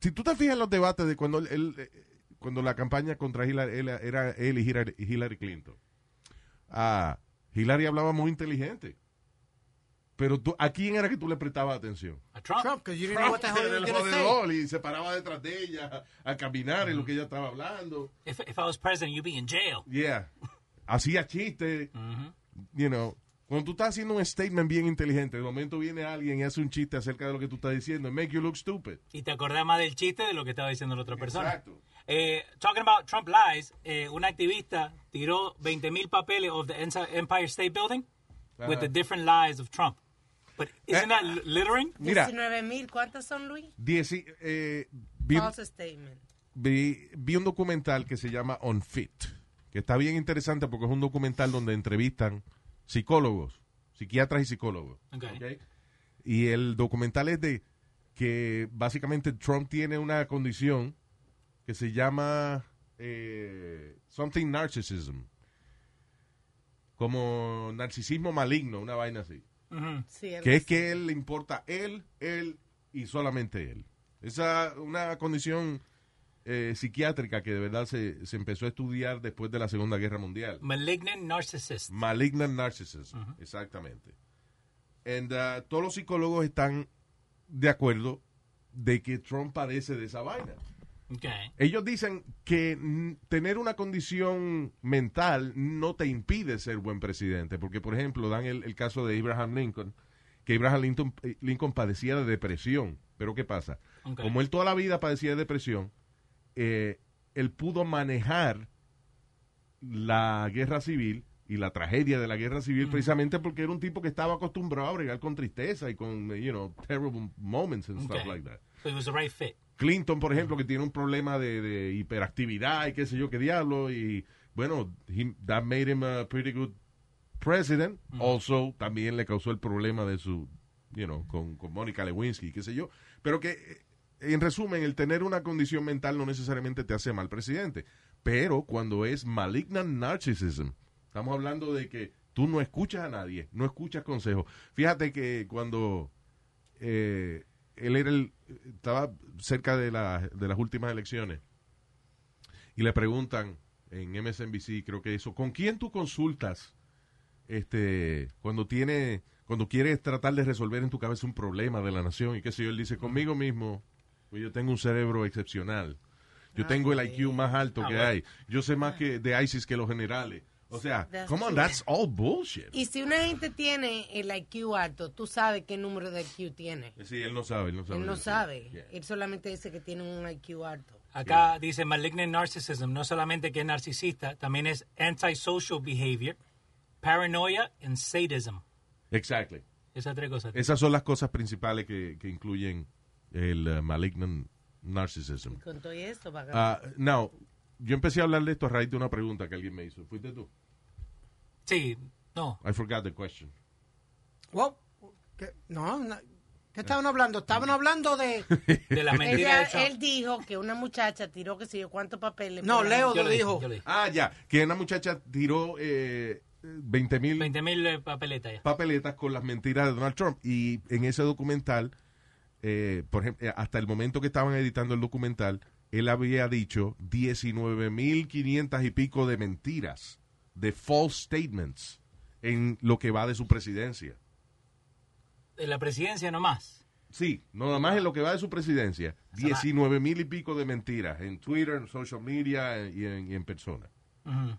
Speaker 2: si tú te fijas en los debates de cuando él- él, eh, cuando la campaña contra Hillary él- era él y Hillary, Hillary Clinton. Ah, Hillary hablaba muy inteligente. Pero tú, ¿a quién era que tú le prestabas atención?
Speaker 5: Trump.
Speaker 8: because you didn't know what
Speaker 2: Trump,
Speaker 8: the
Speaker 2: que
Speaker 8: hell
Speaker 2: era
Speaker 8: you
Speaker 2: el
Speaker 8: were gonna say.
Speaker 2: jodedor y se paraba detrás de ella a caminar en lo que ella estaba hablando.
Speaker 5: If, if I was president, you'd be in jail.
Speaker 2: Yeah. Hacía chistes. You know. Cuando tú estás haciendo un statement bien inteligente, de momento viene alguien y hace un chiste acerca de lo que tú estás diciendo. and Make you look stupid.
Speaker 5: Y te acordás más del chiste de lo que estaba diciendo la otra persona.
Speaker 2: Exacto.
Speaker 5: Eh, talking about Trump lies, eh, un activista tiró 20.000 papeles of the Ensa- Empire State Building with
Speaker 2: Ajá. Eh.
Speaker 5: the different lies of Trump. But isn't that li- littering?
Speaker 2: Mira.
Speaker 6: 19 mil, ¿cuántas son, Luis?
Speaker 2: Dieci- eh, vi,
Speaker 6: False statement.
Speaker 2: vi- vi un documental que se llama Unfit, que está bien interesante porque es un documental donde entrevistan psicólogos, psiquiatras y psicólogos.
Speaker 5: Okay.
Speaker 2: Y el documental es de que básicamente Trump tiene una condición que se llama eh, something narcissism, como narcisismo maligno, una vaina así.
Speaker 5: Mm-hmm.
Speaker 6: Sí, algo
Speaker 2: Que es
Speaker 6: así.
Speaker 2: que él le importa él, él y solamente él. Esa una condición eh, psiquiátrica que de verdad se, se empezó a estudiar después de la Segunda Guerra Mundial.
Speaker 5: Malignant narcissist.
Speaker 2: Malignant narcissism, exactamente. And, uh, todos los psicólogos están de acuerdo de que Trump padece de esa vaina.
Speaker 5: Okay.
Speaker 2: Ellos dicen que mm, tener una condición mental no te impide ser buen presidente, porque por ejemplo dan el, el caso de Abraham Lincoln, que Abraham Lincoln, eh, Lincoln padecía de depresión, pero ¿qué pasa?
Speaker 5: Ok.
Speaker 2: Como él toda la vida padecía de depresión, eh, él pudo manejar la guerra civil y la tragedia de la guerra civil precisamente porque era un tipo que estaba acostumbrado a bregar con tristeza y con, eh, you know, terrible moments and
Speaker 5: Okay.
Speaker 2: stuff like that.
Speaker 5: So it was the right fit.
Speaker 2: Clinton, por ejemplo, que tiene un problema de, de hiperactividad y qué sé yo qué diablo. Y bueno, he- that made him a pretty good president. Also, también le causó el problema de su, you know, con, con Mónica Lewinsky, qué sé yo. Pero que, eh, en resumen, el tener una condición mental no necesariamente te hace mal presidente. Pero cuando es malignant narcissism, estamos hablando de que tú no escuchas a nadie, no escuchas consejos. Fíjate que cuando eh, él era el, estaba cerca de, la- de las últimas elecciones y le preguntan en MSNBC, creo que eso, ¿con quién tú consultas este cuando tiene cuando quieres tratar de resolver en tu cabeza un problema de la nación y qué sé yo? Él dice, conmigo mismo, pues yo tengo un cerebro excepcional. Yo tengo el IQ más alto
Speaker 5: Ah,
Speaker 2: que
Speaker 5: bueno.
Speaker 2: hay. Yo sé más que de ISIS que los generales. O sea,
Speaker 6: That's
Speaker 2: come on,
Speaker 6: true.
Speaker 2: that's all bullshit.
Speaker 6: Y si una gente tiene el IQ alto, tú sabes qué número de IQ tiene.
Speaker 2: Sí, él no sabe, él no sabe.
Speaker 6: Él no
Speaker 2: Sí.
Speaker 6: sabe. Él solamente dice que tiene un IQ alto.
Speaker 5: Acá dice malignant narcissism, no solamente que es narcisista, también es antisocial behavior, paranoia and sadism.
Speaker 2: Exactly.
Speaker 5: Esas tres cosas.
Speaker 2: Esas son las cosas principales que, que incluyen el uh, malignant narcissism.
Speaker 6: Con todo esto,
Speaker 2: Ah, now, yo empecé a hablar de esto a raíz de una pregunta que alguien me hizo. ¿Fuiste tú?
Speaker 5: Sí, no.
Speaker 2: I forgot the question.
Speaker 8: Wow. ¿Qué? No, no. ¿Qué estaban hablando? Estaban hablando de...
Speaker 5: De la
Speaker 6: Ella- él dijo que una muchacha tiró qué sé yo cuántos papeles.
Speaker 8: No,
Speaker 6: por la-
Speaker 8: Leo lo dijo.
Speaker 2: Ah, ya. Que una muchacha tiró eh, 20 mil
Speaker 5: 20.000 eh, papeletas ya.
Speaker 2: papeletas con las mentiras de Donald Trump. Y en ese documental, eh, por ejemplo, eh, hasta el momento que estaban editando el documental, él había dicho 19.500 y pico de mentiras, de false statements, en lo que va de su presidencia.
Speaker 5: De la presidencia nomás.
Speaker 2: Sí, nada más en lo que va de su presidencia, 19 mil y pico de mentiras en Twitter, en social media y en, y en persona.
Speaker 5: Ujú.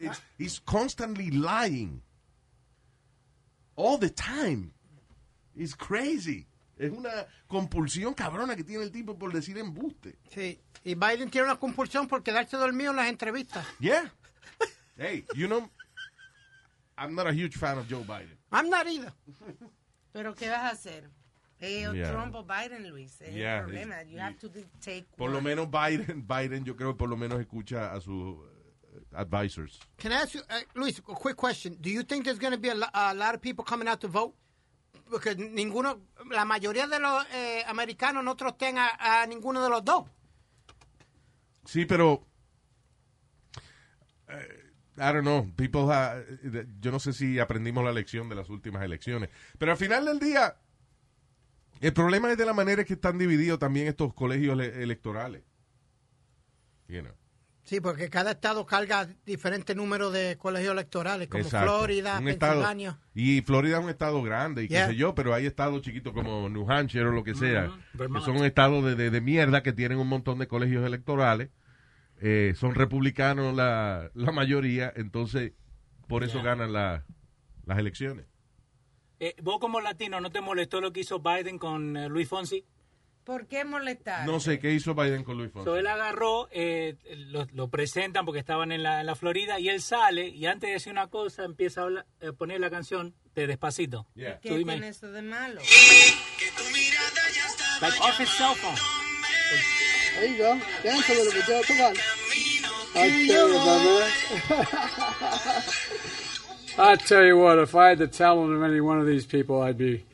Speaker 2: It's, he's constantly lying. All the time. It's crazy. Es una compulsión cabrona que tiene el tipo por decir embuste.
Speaker 8: Sí. Y Biden tiene una compulsión por quedarse dormido en las entrevistas.
Speaker 2: Yeah. Hey, you know, I'm not a huge fan of Joe Biden.
Speaker 8: I'm not either.
Speaker 6: Pero ¿qué vas a hacer? Eh, o
Speaker 2: Yeah.
Speaker 6: Trump o Biden, Luis. Es
Speaker 2: Yeah,
Speaker 6: el problema. You have to take
Speaker 2: Por lo
Speaker 6: one.
Speaker 2: menos Biden, Biden yo creo que por lo menos escucha a sus eh, advisors.
Speaker 8: Can I ask you, uh, Luis, a quick question? Do you think there's going to be a, lo- a lot of people coming out to vote? Porque ninguno, la mayoría de los eh, americanos no trostean a, a ninguno de los dos.
Speaker 2: Sí, pero eh, I don't know, people ha- yo no sé si aprendimos la lección de las últimas elecciones, pero al final del día el problema es de la manera que están divididos también estos colegios ele- electorales. You know.
Speaker 8: Sí, porque cada estado carga diferente número de colegios electorales, como
Speaker 2: Exacto.
Speaker 8: Florida,
Speaker 2: Un estado-
Speaker 8: Pensilvania.
Speaker 2: y Florida es un estado grande, y
Speaker 8: Yeah.
Speaker 2: qué sé yo, pero hay estados chiquitos como New Hampshire o lo que sea, que
Speaker 5: Vermont.
Speaker 2: son estados de, de- de mierda que tienen un montón de colegios electorales, eh, son republicanos la, la mayoría, entonces por eso ganan la- las elecciones.
Speaker 5: Eh, ¿Vos como latino no te molestó lo que hizo Biden con eh, Luis Fonsi?
Speaker 6: ¿Por qué molestar?
Speaker 2: No sé qué hizo Biden con Luis Fonsi.
Speaker 5: So, él agarró, eh, lo, lo presentan porque estaban en la, en la Florida y él sale y antes de decir una cosa empieza a habla- eh, poner la canción de Despacito.
Speaker 6: ¿Qué
Speaker 5: So, dime,
Speaker 6: tiene eso de malo?
Speaker 5: like off his cell phone.
Speaker 13: There you go. Dance a little bit, Joe. Come on.
Speaker 14: I tell you, brother. I tell you what, if I had the talent of any one of these people, I'd be,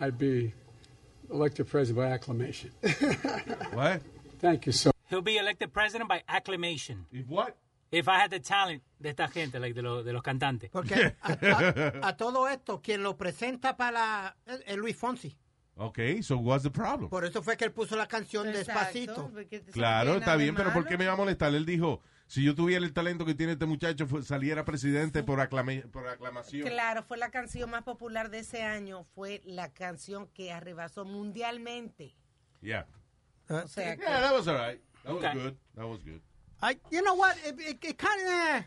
Speaker 14: I'd be elected president by acclamation.
Speaker 2: what?
Speaker 14: Thank you so.
Speaker 5: He'll be elected president by acclamation.
Speaker 2: If what?
Speaker 5: If I had the talent de esta gente, like de, lo- de los cantantes.
Speaker 8: Porque a, a todo esto, quien lo presenta para la- es es Luis Fonsi.
Speaker 2: Ok, so what's the problem?
Speaker 8: Por eso fue que él puso la canción Despacito.
Speaker 2: Claro, está bien, pero ¿por qué me va a molestar? Él dijo, si yo tuviera el talento que tiene este muchacho, fu- saliera presidente por, aclame- por aclamación.
Speaker 6: Claro, fue la canción más popular de ese año. Fue la canción que arrebasó mundialmente.
Speaker 2: Yeah.
Speaker 8: O
Speaker 6: sea, que-
Speaker 2: Yeah, that was all right. That was
Speaker 6: Okay.
Speaker 2: good. That was good.
Speaker 8: I, you know what? It, it, it kind of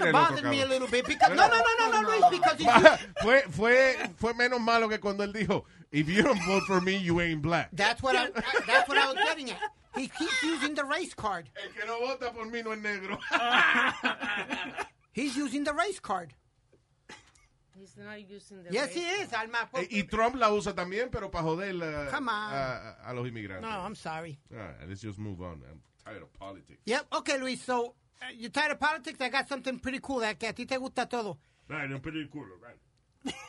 Speaker 2: Mira
Speaker 8: of
Speaker 2: el
Speaker 8: bothered
Speaker 2: otro
Speaker 8: me a
Speaker 2: cabrón.
Speaker 8: little bit because no, no, no, no, no, Luis, because you,
Speaker 2: fue, fue, fue menos malo que cuando él dijo, if you don't vote for me, you ain't black.
Speaker 8: that's what I, I- that's what I was getting at. He keeps using the race card.
Speaker 2: El que no vota por mí no es negro.
Speaker 8: Ah, He's using the race card.
Speaker 6: He's not using the race
Speaker 8: Yes, he is, Alma.
Speaker 2: Eh, y Trump la usa también, pero para joder la-
Speaker 8: Come on.
Speaker 2: a, a los inmigrantes.
Speaker 8: No, I'm sorry.
Speaker 2: All right, let's just move on. I'm tired of politics.
Speaker 8: Yep. Okay, Luis. So uh, you're tired of politics? I got something pretty cool that que a ti te gusta todo.
Speaker 7: Right, un película, right.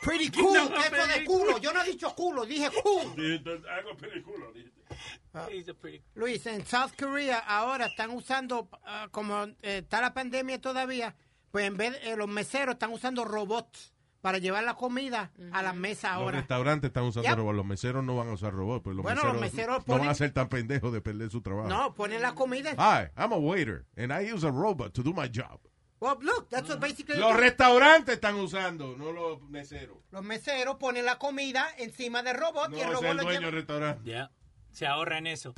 Speaker 8: Pretty cool.
Speaker 7: No,
Speaker 8: ¿Qué fue de culo? Yo no he dicho culo, dije cool.
Speaker 7: Dijiste, hago película, dijiste.
Speaker 8: Luis, en South Korea ahora están usando, ah, como eh, está la pandemia todavía, pues en vez de eh, los meseros están usando robots para llevar la comida a las mesas
Speaker 2: Los
Speaker 8: ahora.
Speaker 2: restaurantes están usando
Speaker 8: Yep.
Speaker 2: robots. Los meseros no van a usar robots. Pues los
Speaker 8: Bueno,
Speaker 2: meseros
Speaker 8: los meseros
Speaker 2: no van a
Speaker 8: ponen-
Speaker 2: ser tan pendejos de perder su trabajo.
Speaker 8: No, pues. ponen la comida.
Speaker 2: Hi, I'm a waiter, and I use a robot to do my job.
Speaker 8: Well, look, that's what basically.
Speaker 2: Los restaurantes están usando, no los meseros.
Speaker 8: Los meseros ponen la comida encima del robot
Speaker 2: No,
Speaker 8: Oh, y el
Speaker 2: es
Speaker 8: robot
Speaker 2: el
Speaker 8: lo
Speaker 2: dueño
Speaker 8: lleva.
Speaker 2: del restaurante.
Speaker 5: Se ahorran eso.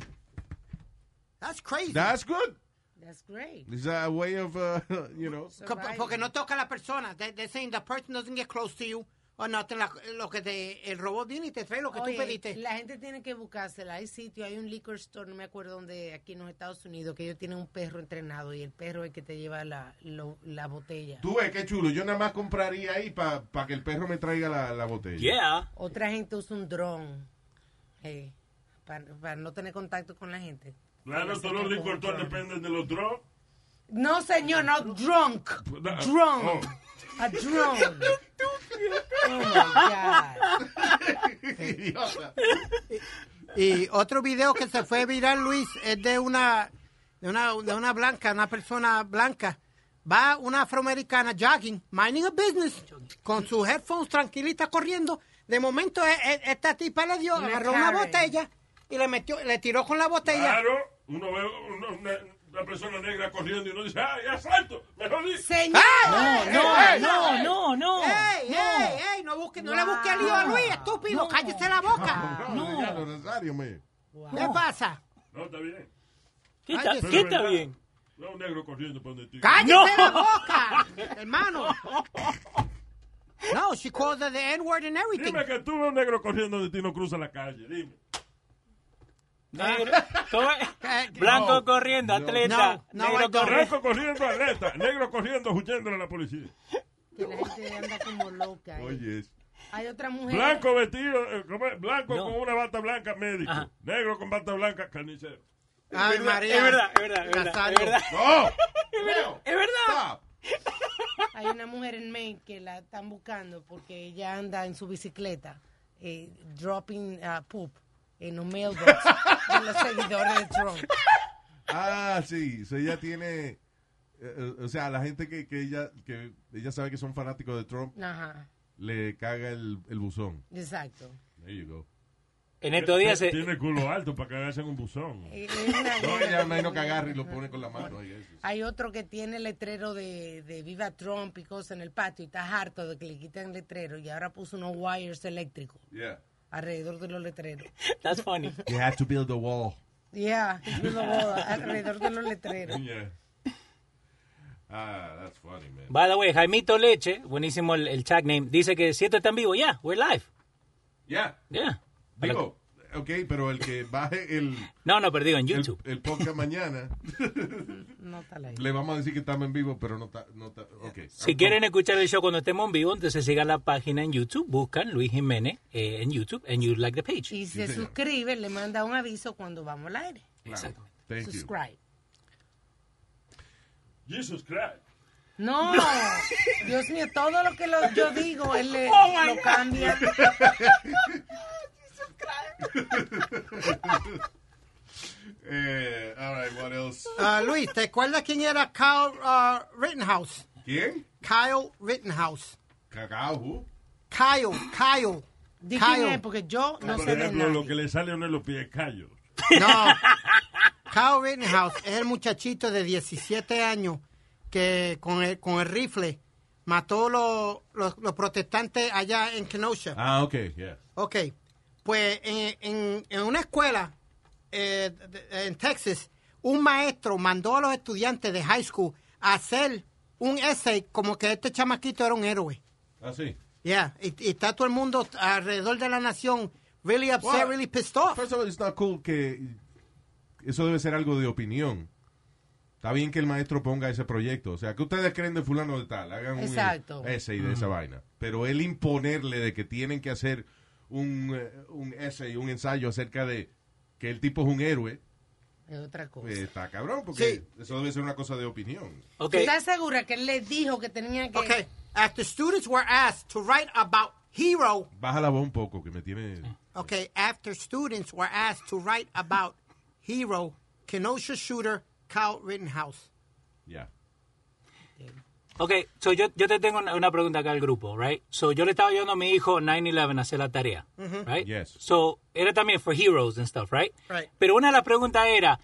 Speaker 8: That's crazy.
Speaker 2: That's good.
Speaker 6: That's great.
Speaker 2: Is that a way of, uh, you know?
Speaker 8: Co- Porque no toca a la persona. They, they're saying the person doesn't get close to you or nothing. La- lo que te, el robot viene y te trae lo que
Speaker 6: Oye,
Speaker 8: tú pediste.
Speaker 6: La gente tiene que buscársela. Hay sitio, hay un liquor store, no me acuerdo dónde, aquí en los Estados Unidos, que ellos tienen un perro entrenado y el perro es el que te lleva la, lo- la botella.
Speaker 2: Tú ves qué chulo. Yo nada más compraría ahí para que el perro me traiga la, la botella.
Speaker 6: Otra gente usa un dron eh, para, para no tener contacto con la gente.
Speaker 7: Claro, todos los liquor stores dependen de los drones.
Speaker 6: No, señor, no, drunk.
Speaker 2: Pues, Oh.
Speaker 6: Drunk. A drone. Oh
Speaker 8: my
Speaker 6: God.
Speaker 8: Y otro video que se fue viral, Luis, es de una, de una, de una blanca, una persona blanca. Va una afroamericana jogging, minding a business, con sus headphones tranquilita corriendo. De momento, e- e- esta tipa le dio,
Speaker 7: Una
Speaker 8: agarró una
Speaker 7: Karen.
Speaker 8: botella y le metió, le tiró con la botella.
Speaker 7: Claro, uno ve uno- una, una persona negra corriendo y uno dice, ¡ay, asalto! ¡Mejor ir".
Speaker 6: Señor.
Speaker 7: ¡Ay!
Speaker 5: No,
Speaker 7: ¡Ay!
Speaker 5: no,
Speaker 7: ¡Ay!
Speaker 5: no, no.
Speaker 8: ¡Ey,
Speaker 5: no.
Speaker 8: ey, ey! No, busque, no le busque lío a Luis, estúpido. Cállese la boca.
Speaker 2: No, ya, lo necesario, me.
Speaker 8: ¿Qué pasa?
Speaker 7: No, está bien.
Speaker 8: ¿Qué está-
Speaker 7: Ay,
Speaker 8: qué
Speaker 7: pero
Speaker 8: está
Speaker 7: verdad,
Speaker 8: bien?
Speaker 7: Veo un negro corriendo por donde estoy.
Speaker 8: ¡Cállate la boca! Hermano. No, she called her the N-word and everything.
Speaker 7: Dime que tú ves un negro corriendo donde ti no cruza la calle, dime.
Speaker 5: Negro, ¿cómo es? Blanco corriendo, atleta. negro
Speaker 7: Blanco
Speaker 5: corriendo.
Speaker 7: corriendo, atleta. Negro corriendo, huyendo a la policía.
Speaker 6: Que la gente anda como loca. eh.
Speaker 2: Oye, es-
Speaker 6: Hay otra mujer.
Speaker 7: Blanco vestido, eh, ¿cómo es? blanco con una bata blanca, médico. Negro con bata blanca, carnicero.
Speaker 8: Ay,
Speaker 7: Es verdad,
Speaker 8: María.
Speaker 7: es verdad, es verdad, es verdad,
Speaker 8: Nazario.
Speaker 7: es verdad. ¡No!
Speaker 6: Es verdad. Hay una mujer en Maine que la están buscando porque ella anda en su bicicleta eh, dropping uh, poop en los mailbox de los seguidores de Trump.
Speaker 2: Ah, sí. So ella tiene. eh, o sea, la gente que, que ella que ella sabe que son fanáticos de Trump
Speaker 6: Ajá,
Speaker 2: le caga el, el buzón.
Speaker 6: exacto.
Speaker 2: There you go.
Speaker 5: En estos días se-
Speaker 7: Tiene culo alto para cagarse en un buzón.
Speaker 6: Eh, es una-
Speaker 2: No, ella me imagino que agarra y lo pone con la mano. ahí, eso.
Speaker 6: Hay otro que tiene letrero de, de Viva Trump y cosas en el patio y está harto de que le quiten letrero y ahora puso unos wires eléctricos
Speaker 2: Yeah.
Speaker 6: alrededor de los letreros. "Ah,
Speaker 5: That's funny.
Speaker 2: You have to build a wall.
Speaker 6: Yeah, yo lo voy a- alrededor de los letreros.
Speaker 2: Yeah. Ah, that's funny, man.
Speaker 5: By the way, Jaimito Leche, buenísimo el, el tag name, dice que si esto está en vivo, yeah, we're live.
Speaker 2: Yeah.
Speaker 5: Yeah.
Speaker 2: Digo, ok, pero el que baje el.
Speaker 5: No, no, pero digo en
Speaker 2: YouTube. El, podcast mañana.
Speaker 6: No está la
Speaker 2: Le vamos a decir que estamos en vivo, pero no está. No está ok.
Speaker 5: Si quieren escuchar el show cuando estemos en vivo, entonces sigan la página en YouTube, buscan Luis Jiménez eh, en YouTube, and you like the page.
Speaker 6: Y se suscribe, le manda un aviso cuando vamos al aire.
Speaker 5: Exacto.
Speaker 2: Thank you.
Speaker 6: Subscribe.
Speaker 7: Jesus Christ.
Speaker 6: No, Dios mío, todo lo que lo- yo digo, él le,
Speaker 9: Oh, my
Speaker 6: lo
Speaker 9: God.
Speaker 6: cambia.
Speaker 2: Eh, all right, what else?
Speaker 8: Ah, Luis, ¿te acuerdas quién era Kyle ah, Rittenhouse?
Speaker 2: ¿Quién?
Speaker 8: Kyle Rittenhouse.
Speaker 2: Cacao, who?
Speaker 8: Kyle, Kyle.
Speaker 6: Di
Speaker 8: Kyle.
Speaker 6: quién es, porque yo no
Speaker 7: Por
Speaker 6: sé de
Speaker 7: ejemplo,
Speaker 6: nada.
Speaker 7: lo que le sale a uno de los pies callos.
Speaker 8: No. Kyle Rittenhouse es el muchachito de 17 años que con el, con el rifle mató los, los, los protestantes allá en Kenosha.
Speaker 2: Ah, ok, yeah.
Speaker 8: Ok, pues en, en- en una escuela eh, de- en Texas, un maestro mandó a los estudiantes de high school a hacer un essay como que este chamaquito era un héroe.
Speaker 2: Ah, sí.
Speaker 8: Yeah, y, y está todo el mundo alrededor de la nación really upset,
Speaker 2: Well,
Speaker 8: really pissed off.
Speaker 2: Oh, First of all, it's not cool que eso debe ser algo de opinión. Está bien que el maestro ponga ese proyecto. O sea, que ustedes creen de fulano de tal. Hagan
Speaker 6: Exacto.
Speaker 2: un essay de esa vaina. Pero él imponerle de que tienen que hacer un, eh, un essay, un ensayo acerca de que el tipo es un héroe,
Speaker 6: Es otra cosa.
Speaker 2: eh, está cabrón, porque eso debe ser una cosa de opinión.
Speaker 6: ¿Tú estás segura que él le dijo que tenía que...
Speaker 8: Okay, after students were asked to write about hero,
Speaker 2: Baja la voz un poco, que me tiene...
Speaker 8: okay, after students were asked to write about hero, Kenosha shooter Kyle Rittenhouse.
Speaker 2: Yeah.
Speaker 5: Ok, so yo, yo te tengo una, una pregunta acá al grupo, right? So yo le estaba ayudando a mi hijo 9-11 a hacer la tarea,
Speaker 9: Ujú.
Speaker 5: right?
Speaker 9: Yes.
Speaker 5: So era también for heroes and stuff, right? Pero una de las preguntas era,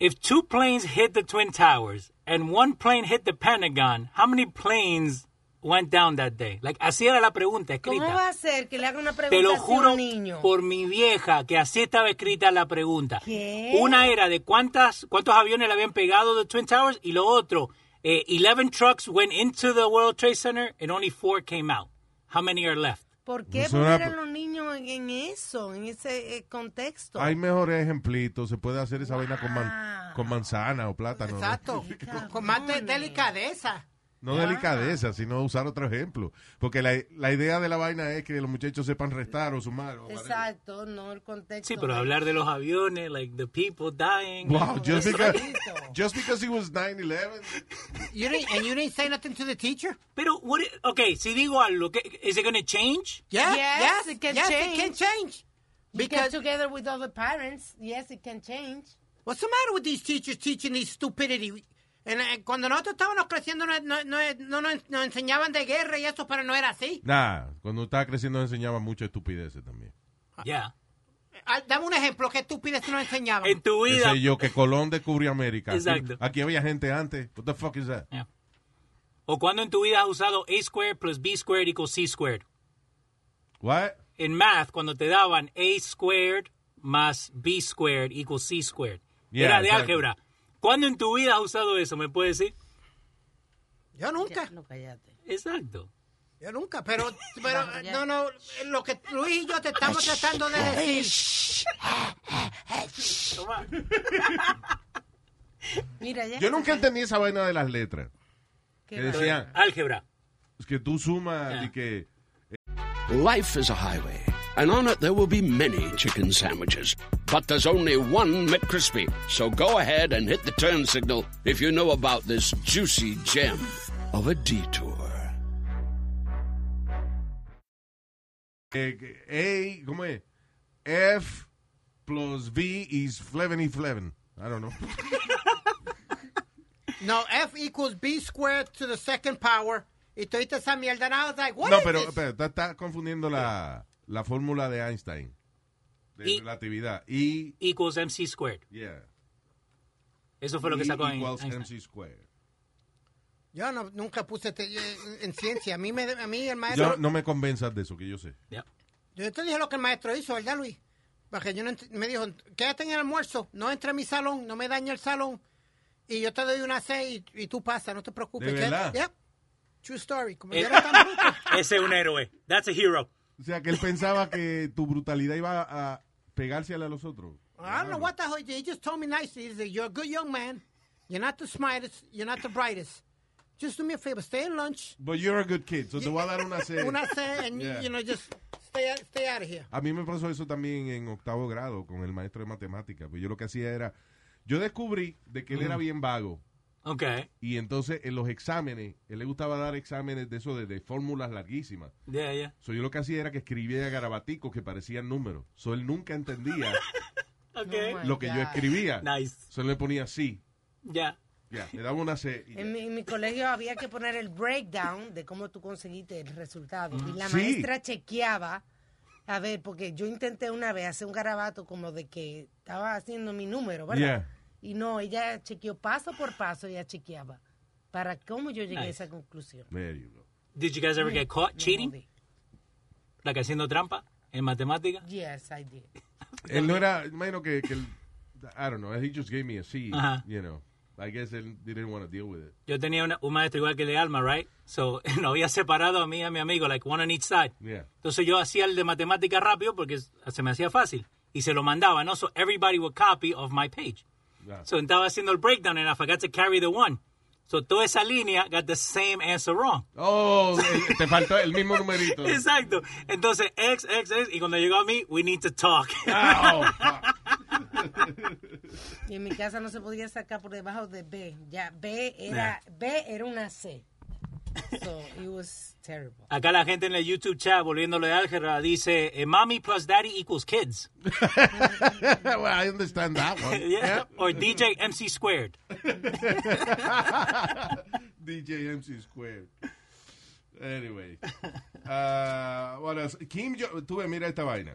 Speaker 5: if two planes hit the Twin Towers and one plane hit the Pentagon, how many planes went down that day. Like, así era la pregunta
Speaker 6: ¿Cómo
Speaker 5: escrita.
Speaker 6: va a ser que le haga una pregunta
Speaker 5: Te lo
Speaker 6: así a
Speaker 5: juro
Speaker 6: un niño?
Speaker 5: por mi vieja que así estaba escrita la pregunta.
Speaker 6: ¿Qué?
Speaker 5: Una era de cuántas, cuántos aviones le habían pegado de Twin Towers y lo otro, eh, 11 trucks went into the World Trade Center and only four came out. How many are left?
Speaker 6: ¿Por qué
Speaker 2: Eso
Speaker 6: poner
Speaker 2: era-
Speaker 6: a los niños en, en eso, en ese eh, contexto?
Speaker 2: Hay mejores ejemplitos. Se puede hacer esa vaina con, man- con manzana o plátano. ¿no?
Speaker 6: Oh.
Speaker 8: Exacto. Con- Con más de- delicadeza.
Speaker 2: No delicadeza, sino usar otro ejemplo. Porque la, la idea de la vaina es que los muchachos sepan restar o sumar. o-
Speaker 6: Exacto, no el contexto.
Speaker 5: Sí, pero hablar de los aviones, like the people dying.
Speaker 2: Wow, just because, just because it was 9-11.
Speaker 8: You didn't, and you didn't say nothing to the teacher?
Speaker 5: Pero, what, i- okay, si digo algo, ¿qué- ¿is it going to change?
Speaker 8: Yeah,
Speaker 6: Yes,
Speaker 8: yes,
Speaker 6: it can
Speaker 8: yes,
Speaker 6: change.
Speaker 8: it can change.
Speaker 6: You get
Speaker 8: Because-
Speaker 6: together with other parents, yes, it can change.
Speaker 8: What's the matter with these teachers teaching these stupidity? En- en- cuando nosotros estábamos creciendo, no, no, no, no nos- nos enseñaban de guerra y eso, pero no era así.
Speaker 2: Nah, cuando estaba creciendo enseñaba muchas estupideces también.
Speaker 5: Yeah.
Speaker 8: Ah, Dame un ejemplo, ¿qué estupidez nos enseñaban?
Speaker 5: En tu
Speaker 2: Qué sé yo, que Colón descubrió América. Aquí-
Speaker 5: Exacto.
Speaker 2: Aquí, había gente antes. What the fuck is that?
Speaker 5: ¿O cuándo en tu vida has usado A squared plus B squared equals C squared?
Speaker 2: What?
Speaker 5: En math, cuando te daban A squared más B squared equals C squared.
Speaker 2: Yeah,
Speaker 5: Era de
Speaker 2: exacto.
Speaker 5: álgebra. ¿Cuándo en tu vida has usado eso? ¿Me puedes decir?
Speaker 8: Yo nunca.
Speaker 5: Exacto.
Speaker 8: Yo nunca, pero, pero eh, no, no, eh, lo que Luis y yo te estamos tratando de decir.
Speaker 6: Mira, ya
Speaker 2: Yo nunca entendí esa vaina de las letras. Que decían,
Speaker 5: Álgebra.
Speaker 2: es que tú sumas y que...
Speaker 4: Life is a highway, and on it there will be many chicken sandwiches. But there's only one McCrispy. So go ahead and hit the turn signal if you know about this juicy gem of a detour.
Speaker 2: Eh, eh, A, ¿cómo es? F plus B is Fleven y Fleven. I don't know.
Speaker 8: No, F equals B squared to the second power. Y tú viste esa mierda, and I was like, what
Speaker 2: No,
Speaker 8: is
Speaker 2: pero,
Speaker 8: this?
Speaker 2: pero está, está confundiendo la, la fórmula de Einstein. De
Speaker 5: Y-
Speaker 2: relatividad. Y,
Speaker 5: Equals MC squared.
Speaker 2: yeah.
Speaker 5: Eso fue lo que sacó
Speaker 2: E
Speaker 5: en
Speaker 2: equals
Speaker 5: Einstein.
Speaker 2: MC squared.
Speaker 8: Yo no, nunca puse te- eh, en ciencia. A mí, me, a mí el maestro...
Speaker 2: Yo, no me convenzas de eso, que yo sé.
Speaker 8: Yo te dije lo que el maestro hizo, ¿verdad, Luis? Porque yo no ent- me dijo, quédate en el almuerzo, no entra a mi salón, no me dañe el salón. Y yo te doy una C y, y tú pasas, no te preocupes.
Speaker 5: ¿De
Speaker 8: Quédate-
Speaker 5: verdad?
Speaker 8: Yep. True story. Como
Speaker 5: Eh.
Speaker 8: yo era tan bruto.
Speaker 5: Ese es un héroe. That's a hero.
Speaker 2: O sea, que él pensaba que tu brutalidad iba a pegársela a los otros.
Speaker 8: I don't know what the hell. He just told me nicely. He said, you're a good young man. You're not the smartest. You're not the brightest. Just do me a favor. Stay at lunch.
Speaker 2: But you're a good kid, so te voy a dar una C.
Speaker 8: Una C and,
Speaker 2: Yeah.
Speaker 8: you know, just stay, stay out of here.
Speaker 2: A mí me pasó eso también en octavo grado con el maestro de matemáticas. Pues yo lo que hacía era, yo descubrí de que él era
Speaker 5: Mm.
Speaker 2: bien vago.
Speaker 5: Ok.
Speaker 2: Y entonces en los exámenes, él le gustaba dar exámenes de eso de, de fórmulas larguísimas.
Speaker 5: Yeah, yeah.
Speaker 2: So yo lo que hacía era que escribía garabaticos que parecían números. So él nunca entendía
Speaker 6: Oh
Speaker 5: Okay.
Speaker 2: lo que yo escribía.
Speaker 5: Nice.
Speaker 2: So él le ponía sí.
Speaker 5: Yeah.
Speaker 2: Ya, le daba una C. y ya.
Speaker 6: En mi, en mi colegio había que poner el breakdown de cómo tú conseguiste el resultado. Y la
Speaker 2: Sí.
Speaker 6: maestra chequeaba, a ver, porque yo intenté una vez hacer un garabato como de que estaba haciendo mi número, ¿verdad?
Speaker 2: Yeah.
Speaker 6: Y no, ella chequeó paso por paso, ella chequeaba para cómo yo llegué a
Speaker 5: Nice.
Speaker 6: esa conclusión.
Speaker 2: There you go.
Speaker 5: Did you guys ever get caught
Speaker 6: No
Speaker 5: cheating? Like haciendo trampa en matemática?
Speaker 6: Yes, I did.
Speaker 2: Él no era, imagino que, que él, I don't know, he just gave me a C,
Speaker 5: Ajá.
Speaker 2: you know. I guess él didn't want to deal with it.
Speaker 5: Yo tenía una- un maestro igual que el de Alma, right? So, no había separado a mí y a mi amigo, like one on each side.
Speaker 2: Yeah.
Speaker 5: Entonces yo hacía el de matemática rápido porque se me hacía fácil. Y se lo mandaba, ¿no? So everybody would copy of my page.
Speaker 2: Yeah.
Speaker 5: So estaba haciendo el breakdown and I forgot to carry the one. So toda esa línea got the same answer wrong.
Speaker 2: Oh, eh, te faltó el mismo numerito.
Speaker 5: Exacto. Entonces, X, X, X. Y cuando llegó a mí, we need to talk.
Speaker 2: Ah.
Speaker 6: Y en mi casa no se podía sacar por debajo de B. Ya B era B era una C. So it was terrible.
Speaker 5: Acá la gente en el YouTube chat, volviéndole de álgebra, dice, eh, mommy plus daddy equals kids.
Speaker 2: well, I understand that one.
Speaker 5: Yeah. Or DJ MC squared.
Speaker 2: DJ MC Squared. Anyway. Uh, what else? Kim Jong... Tuve, mira esta vaina.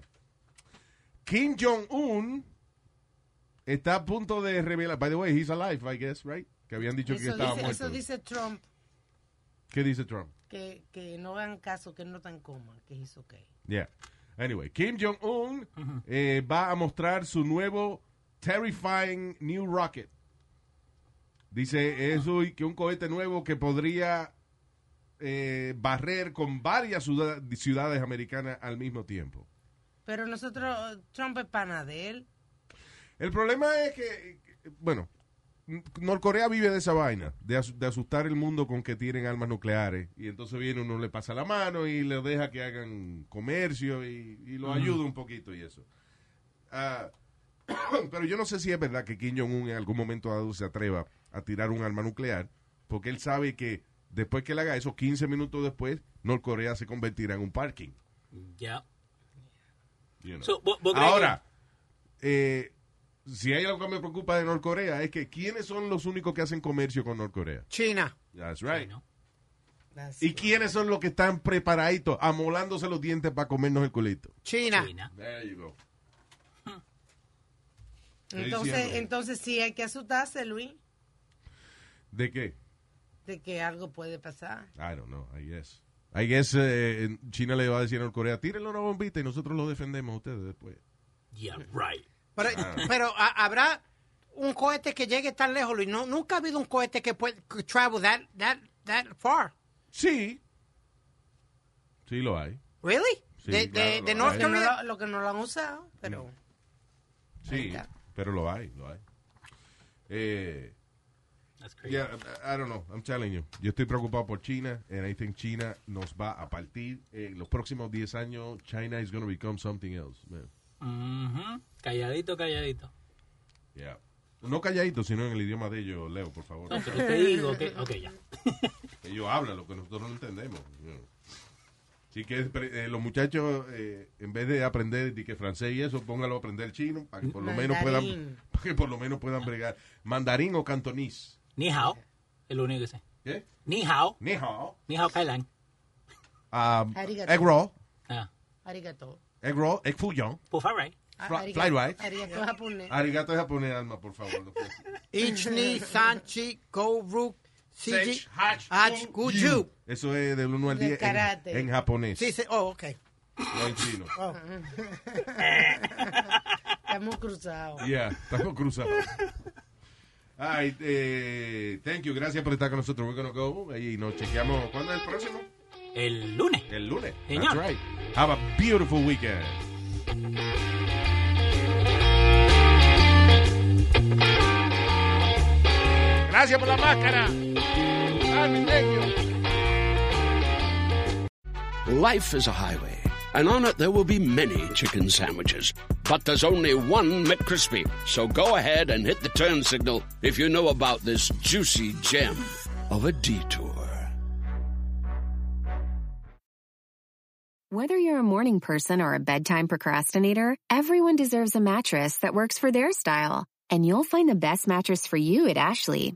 Speaker 2: Kim Jong-un está a punto de revelar... By the way, he's alive, I guess, right? Que habían dicho que
Speaker 6: Eso
Speaker 2: estaba
Speaker 6: dice,
Speaker 2: muerto.
Speaker 6: eso dice Trump
Speaker 2: ¿Qué dice Trump?
Speaker 6: que, que no hagan caso, que él no tan coma, que hizo okay.
Speaker 2: Yeah. Anyway, Kim Jong-un eh, va a mostrar su nuevo Terrifying New Rocket. Dice eso y que un cohete nuevo que podría eh, barrer con varias ciudad- ciudades americanas al mismo tiempo.
Speaker 6: Pero nosotros, Trump es pana de él.
Speaker 2: El problema es que, bueno, N- Norcorea vive de esa vaina, de, as- de asustar el mundo con que tienen armas nucleares. Y entonces viene uno, le pasa la mano y le deja que hagan comercio y, y lo
Speaker 15: Ujú.
Speaker 2: ayuda un poquito y eso. Ah, pero yo no sé si es verdad que Kim Jong-un en algún momento dado se atreva a tirar un arma nuclear, porque él sabe que después que él haga eso, 15 minutos después, Norcorea se convertirá en un parking.
Speaker 5: Ya.
Speaker 2: You know.
Speaker 5: So, ¿vo- vos crees
Speaker 2: Ahora, eh, si hay algo que me preocupa de Norcorea es que ¿quiénes son los únicos que hacen comercio con Norcorea?
Speaker 8: China.
Speaker 2: That's right. ¿Y quiénes son los que están preparaditos, amolándose los dientes para comernos el culito?
Speaker 8: China.
Speaker 2: There you go. Estoy
Speaker 6: Entonces,
Speaker 2: diciendo.
Speaker 6: entonces sí hay que asustarse, Luis,
Speaker 2: ¿De qué?
Speaker 6: de que algo puede pasar.
Speaker 2: I don't know, I guess. I guess eh, en China le va a decir a Norcorea, tírenle una bombita y nosotros lo defendemos a ustedes después.
Speaker 5: Yeah, right.
Speaker 8: Pero,
Speaker 2: Ah.
Speaker 8: pero ha- habrá un cohete que llegue tan lejos, Luis. No, nunca ha habido un cohete que puede que travel that, that, that far.
Speaker 2: Sí. Sí lo hay.
Speaker 8: Really?
Speaker 2: Sí,
Speaker 8: de,
Speaker 2: claro,
Speaker 8: de,
Speaker 2: lo
Speaker 8: de
Speaker 2: hay.
Speaker 8: North
Speaker 2: Que no
Speaker 8: Korea.
Speaker 6: Lo, lo que no lo han usado, pero
Speaker 2: Sí, pero lo hay, lo hay. Eh, Yeah, I I don't know. I'm telling you. Yo estoy preocupado por China, and I think China nos va a partir. En los próximos 10 años, China is going to become something else. man.
Speaker 5: Ujú. Mm-hmm. Calladito, calladito.
Speaker 2: Yeah. No calladito, sino en el idioma de ellos, Leo, por favor.
Speaker 5: No, pero te digo que- ok, ya.
Speaker 2: Ellos hablan lo que nosotros no entendemos. you know. Así que pre- eh, los muchachos, eh, en vez de aprender di que francés y eso, póngalo a aprender chino para que por lo menos puedan,
Speaker 5: Mandarín.
Speaker 2: para que por lo menos puedan bregar. Mandarín o cantonís.
Speaker 5: Ni hao. Es lo único que sé.
Speaker 2: ¿Qué?
Speaker 5: Ni hao.
Speaker 2: Ni hao.
Speaker 5: Ni hao kai lan.
Speaker 2: Ah,
Speaker 6: Arigato.
Speaker 2: egg roll,
Speaker 5: Ah.
Speaker 6: arigato.
Speaker 2: egg roll, egg fusion.
Speaker 5: Pues all right.
Speaker 2: Fly, fly right.
Speaker 6: Arigato japonés.
Speaker 2: Arigato japonés, alma, por favor. no puede ser.
Speaker 8: Ichni, Sanchi, Goruk, Siji, Hach, Kuju.
Speaker 2: Eso es del 1 al
Speaker 8: Del
Speaker 2: 10 en,
Speaker 8: karate.
Speaker 2: en japonés,
Speaker 8: Sí, sí. Oh, ok.
Speaker 2: no en chino.
Speaker 6: Oh. Estamos cruzados.
Speaker 2: Yeah, estamos cruzados. Ay, eh, thank you, gracias por estar con nosotros. We're gonna go uh, y nos chequeamos. ¿Cuándo es el próximo?
Speaker 5: El lunes.
Speaker 2: El lunes.
Speaker 5: Señor.
Speaker 2: That's right. Have a beautiful weekend. Gracias por la máscara. Carmen, thank you.
Speaker 4: Life is a highway, and on it there will be many chicken sandwiches. But there's only one McCrispy. So go ahead and hit the turn signal if you know about this juicy gem of a detour.
Speaker 16: Whether you're a morning person or a bedtime procrastinator, everyone deserves a mattress that works for their style. And you'll find the best mattress for you at Ashley.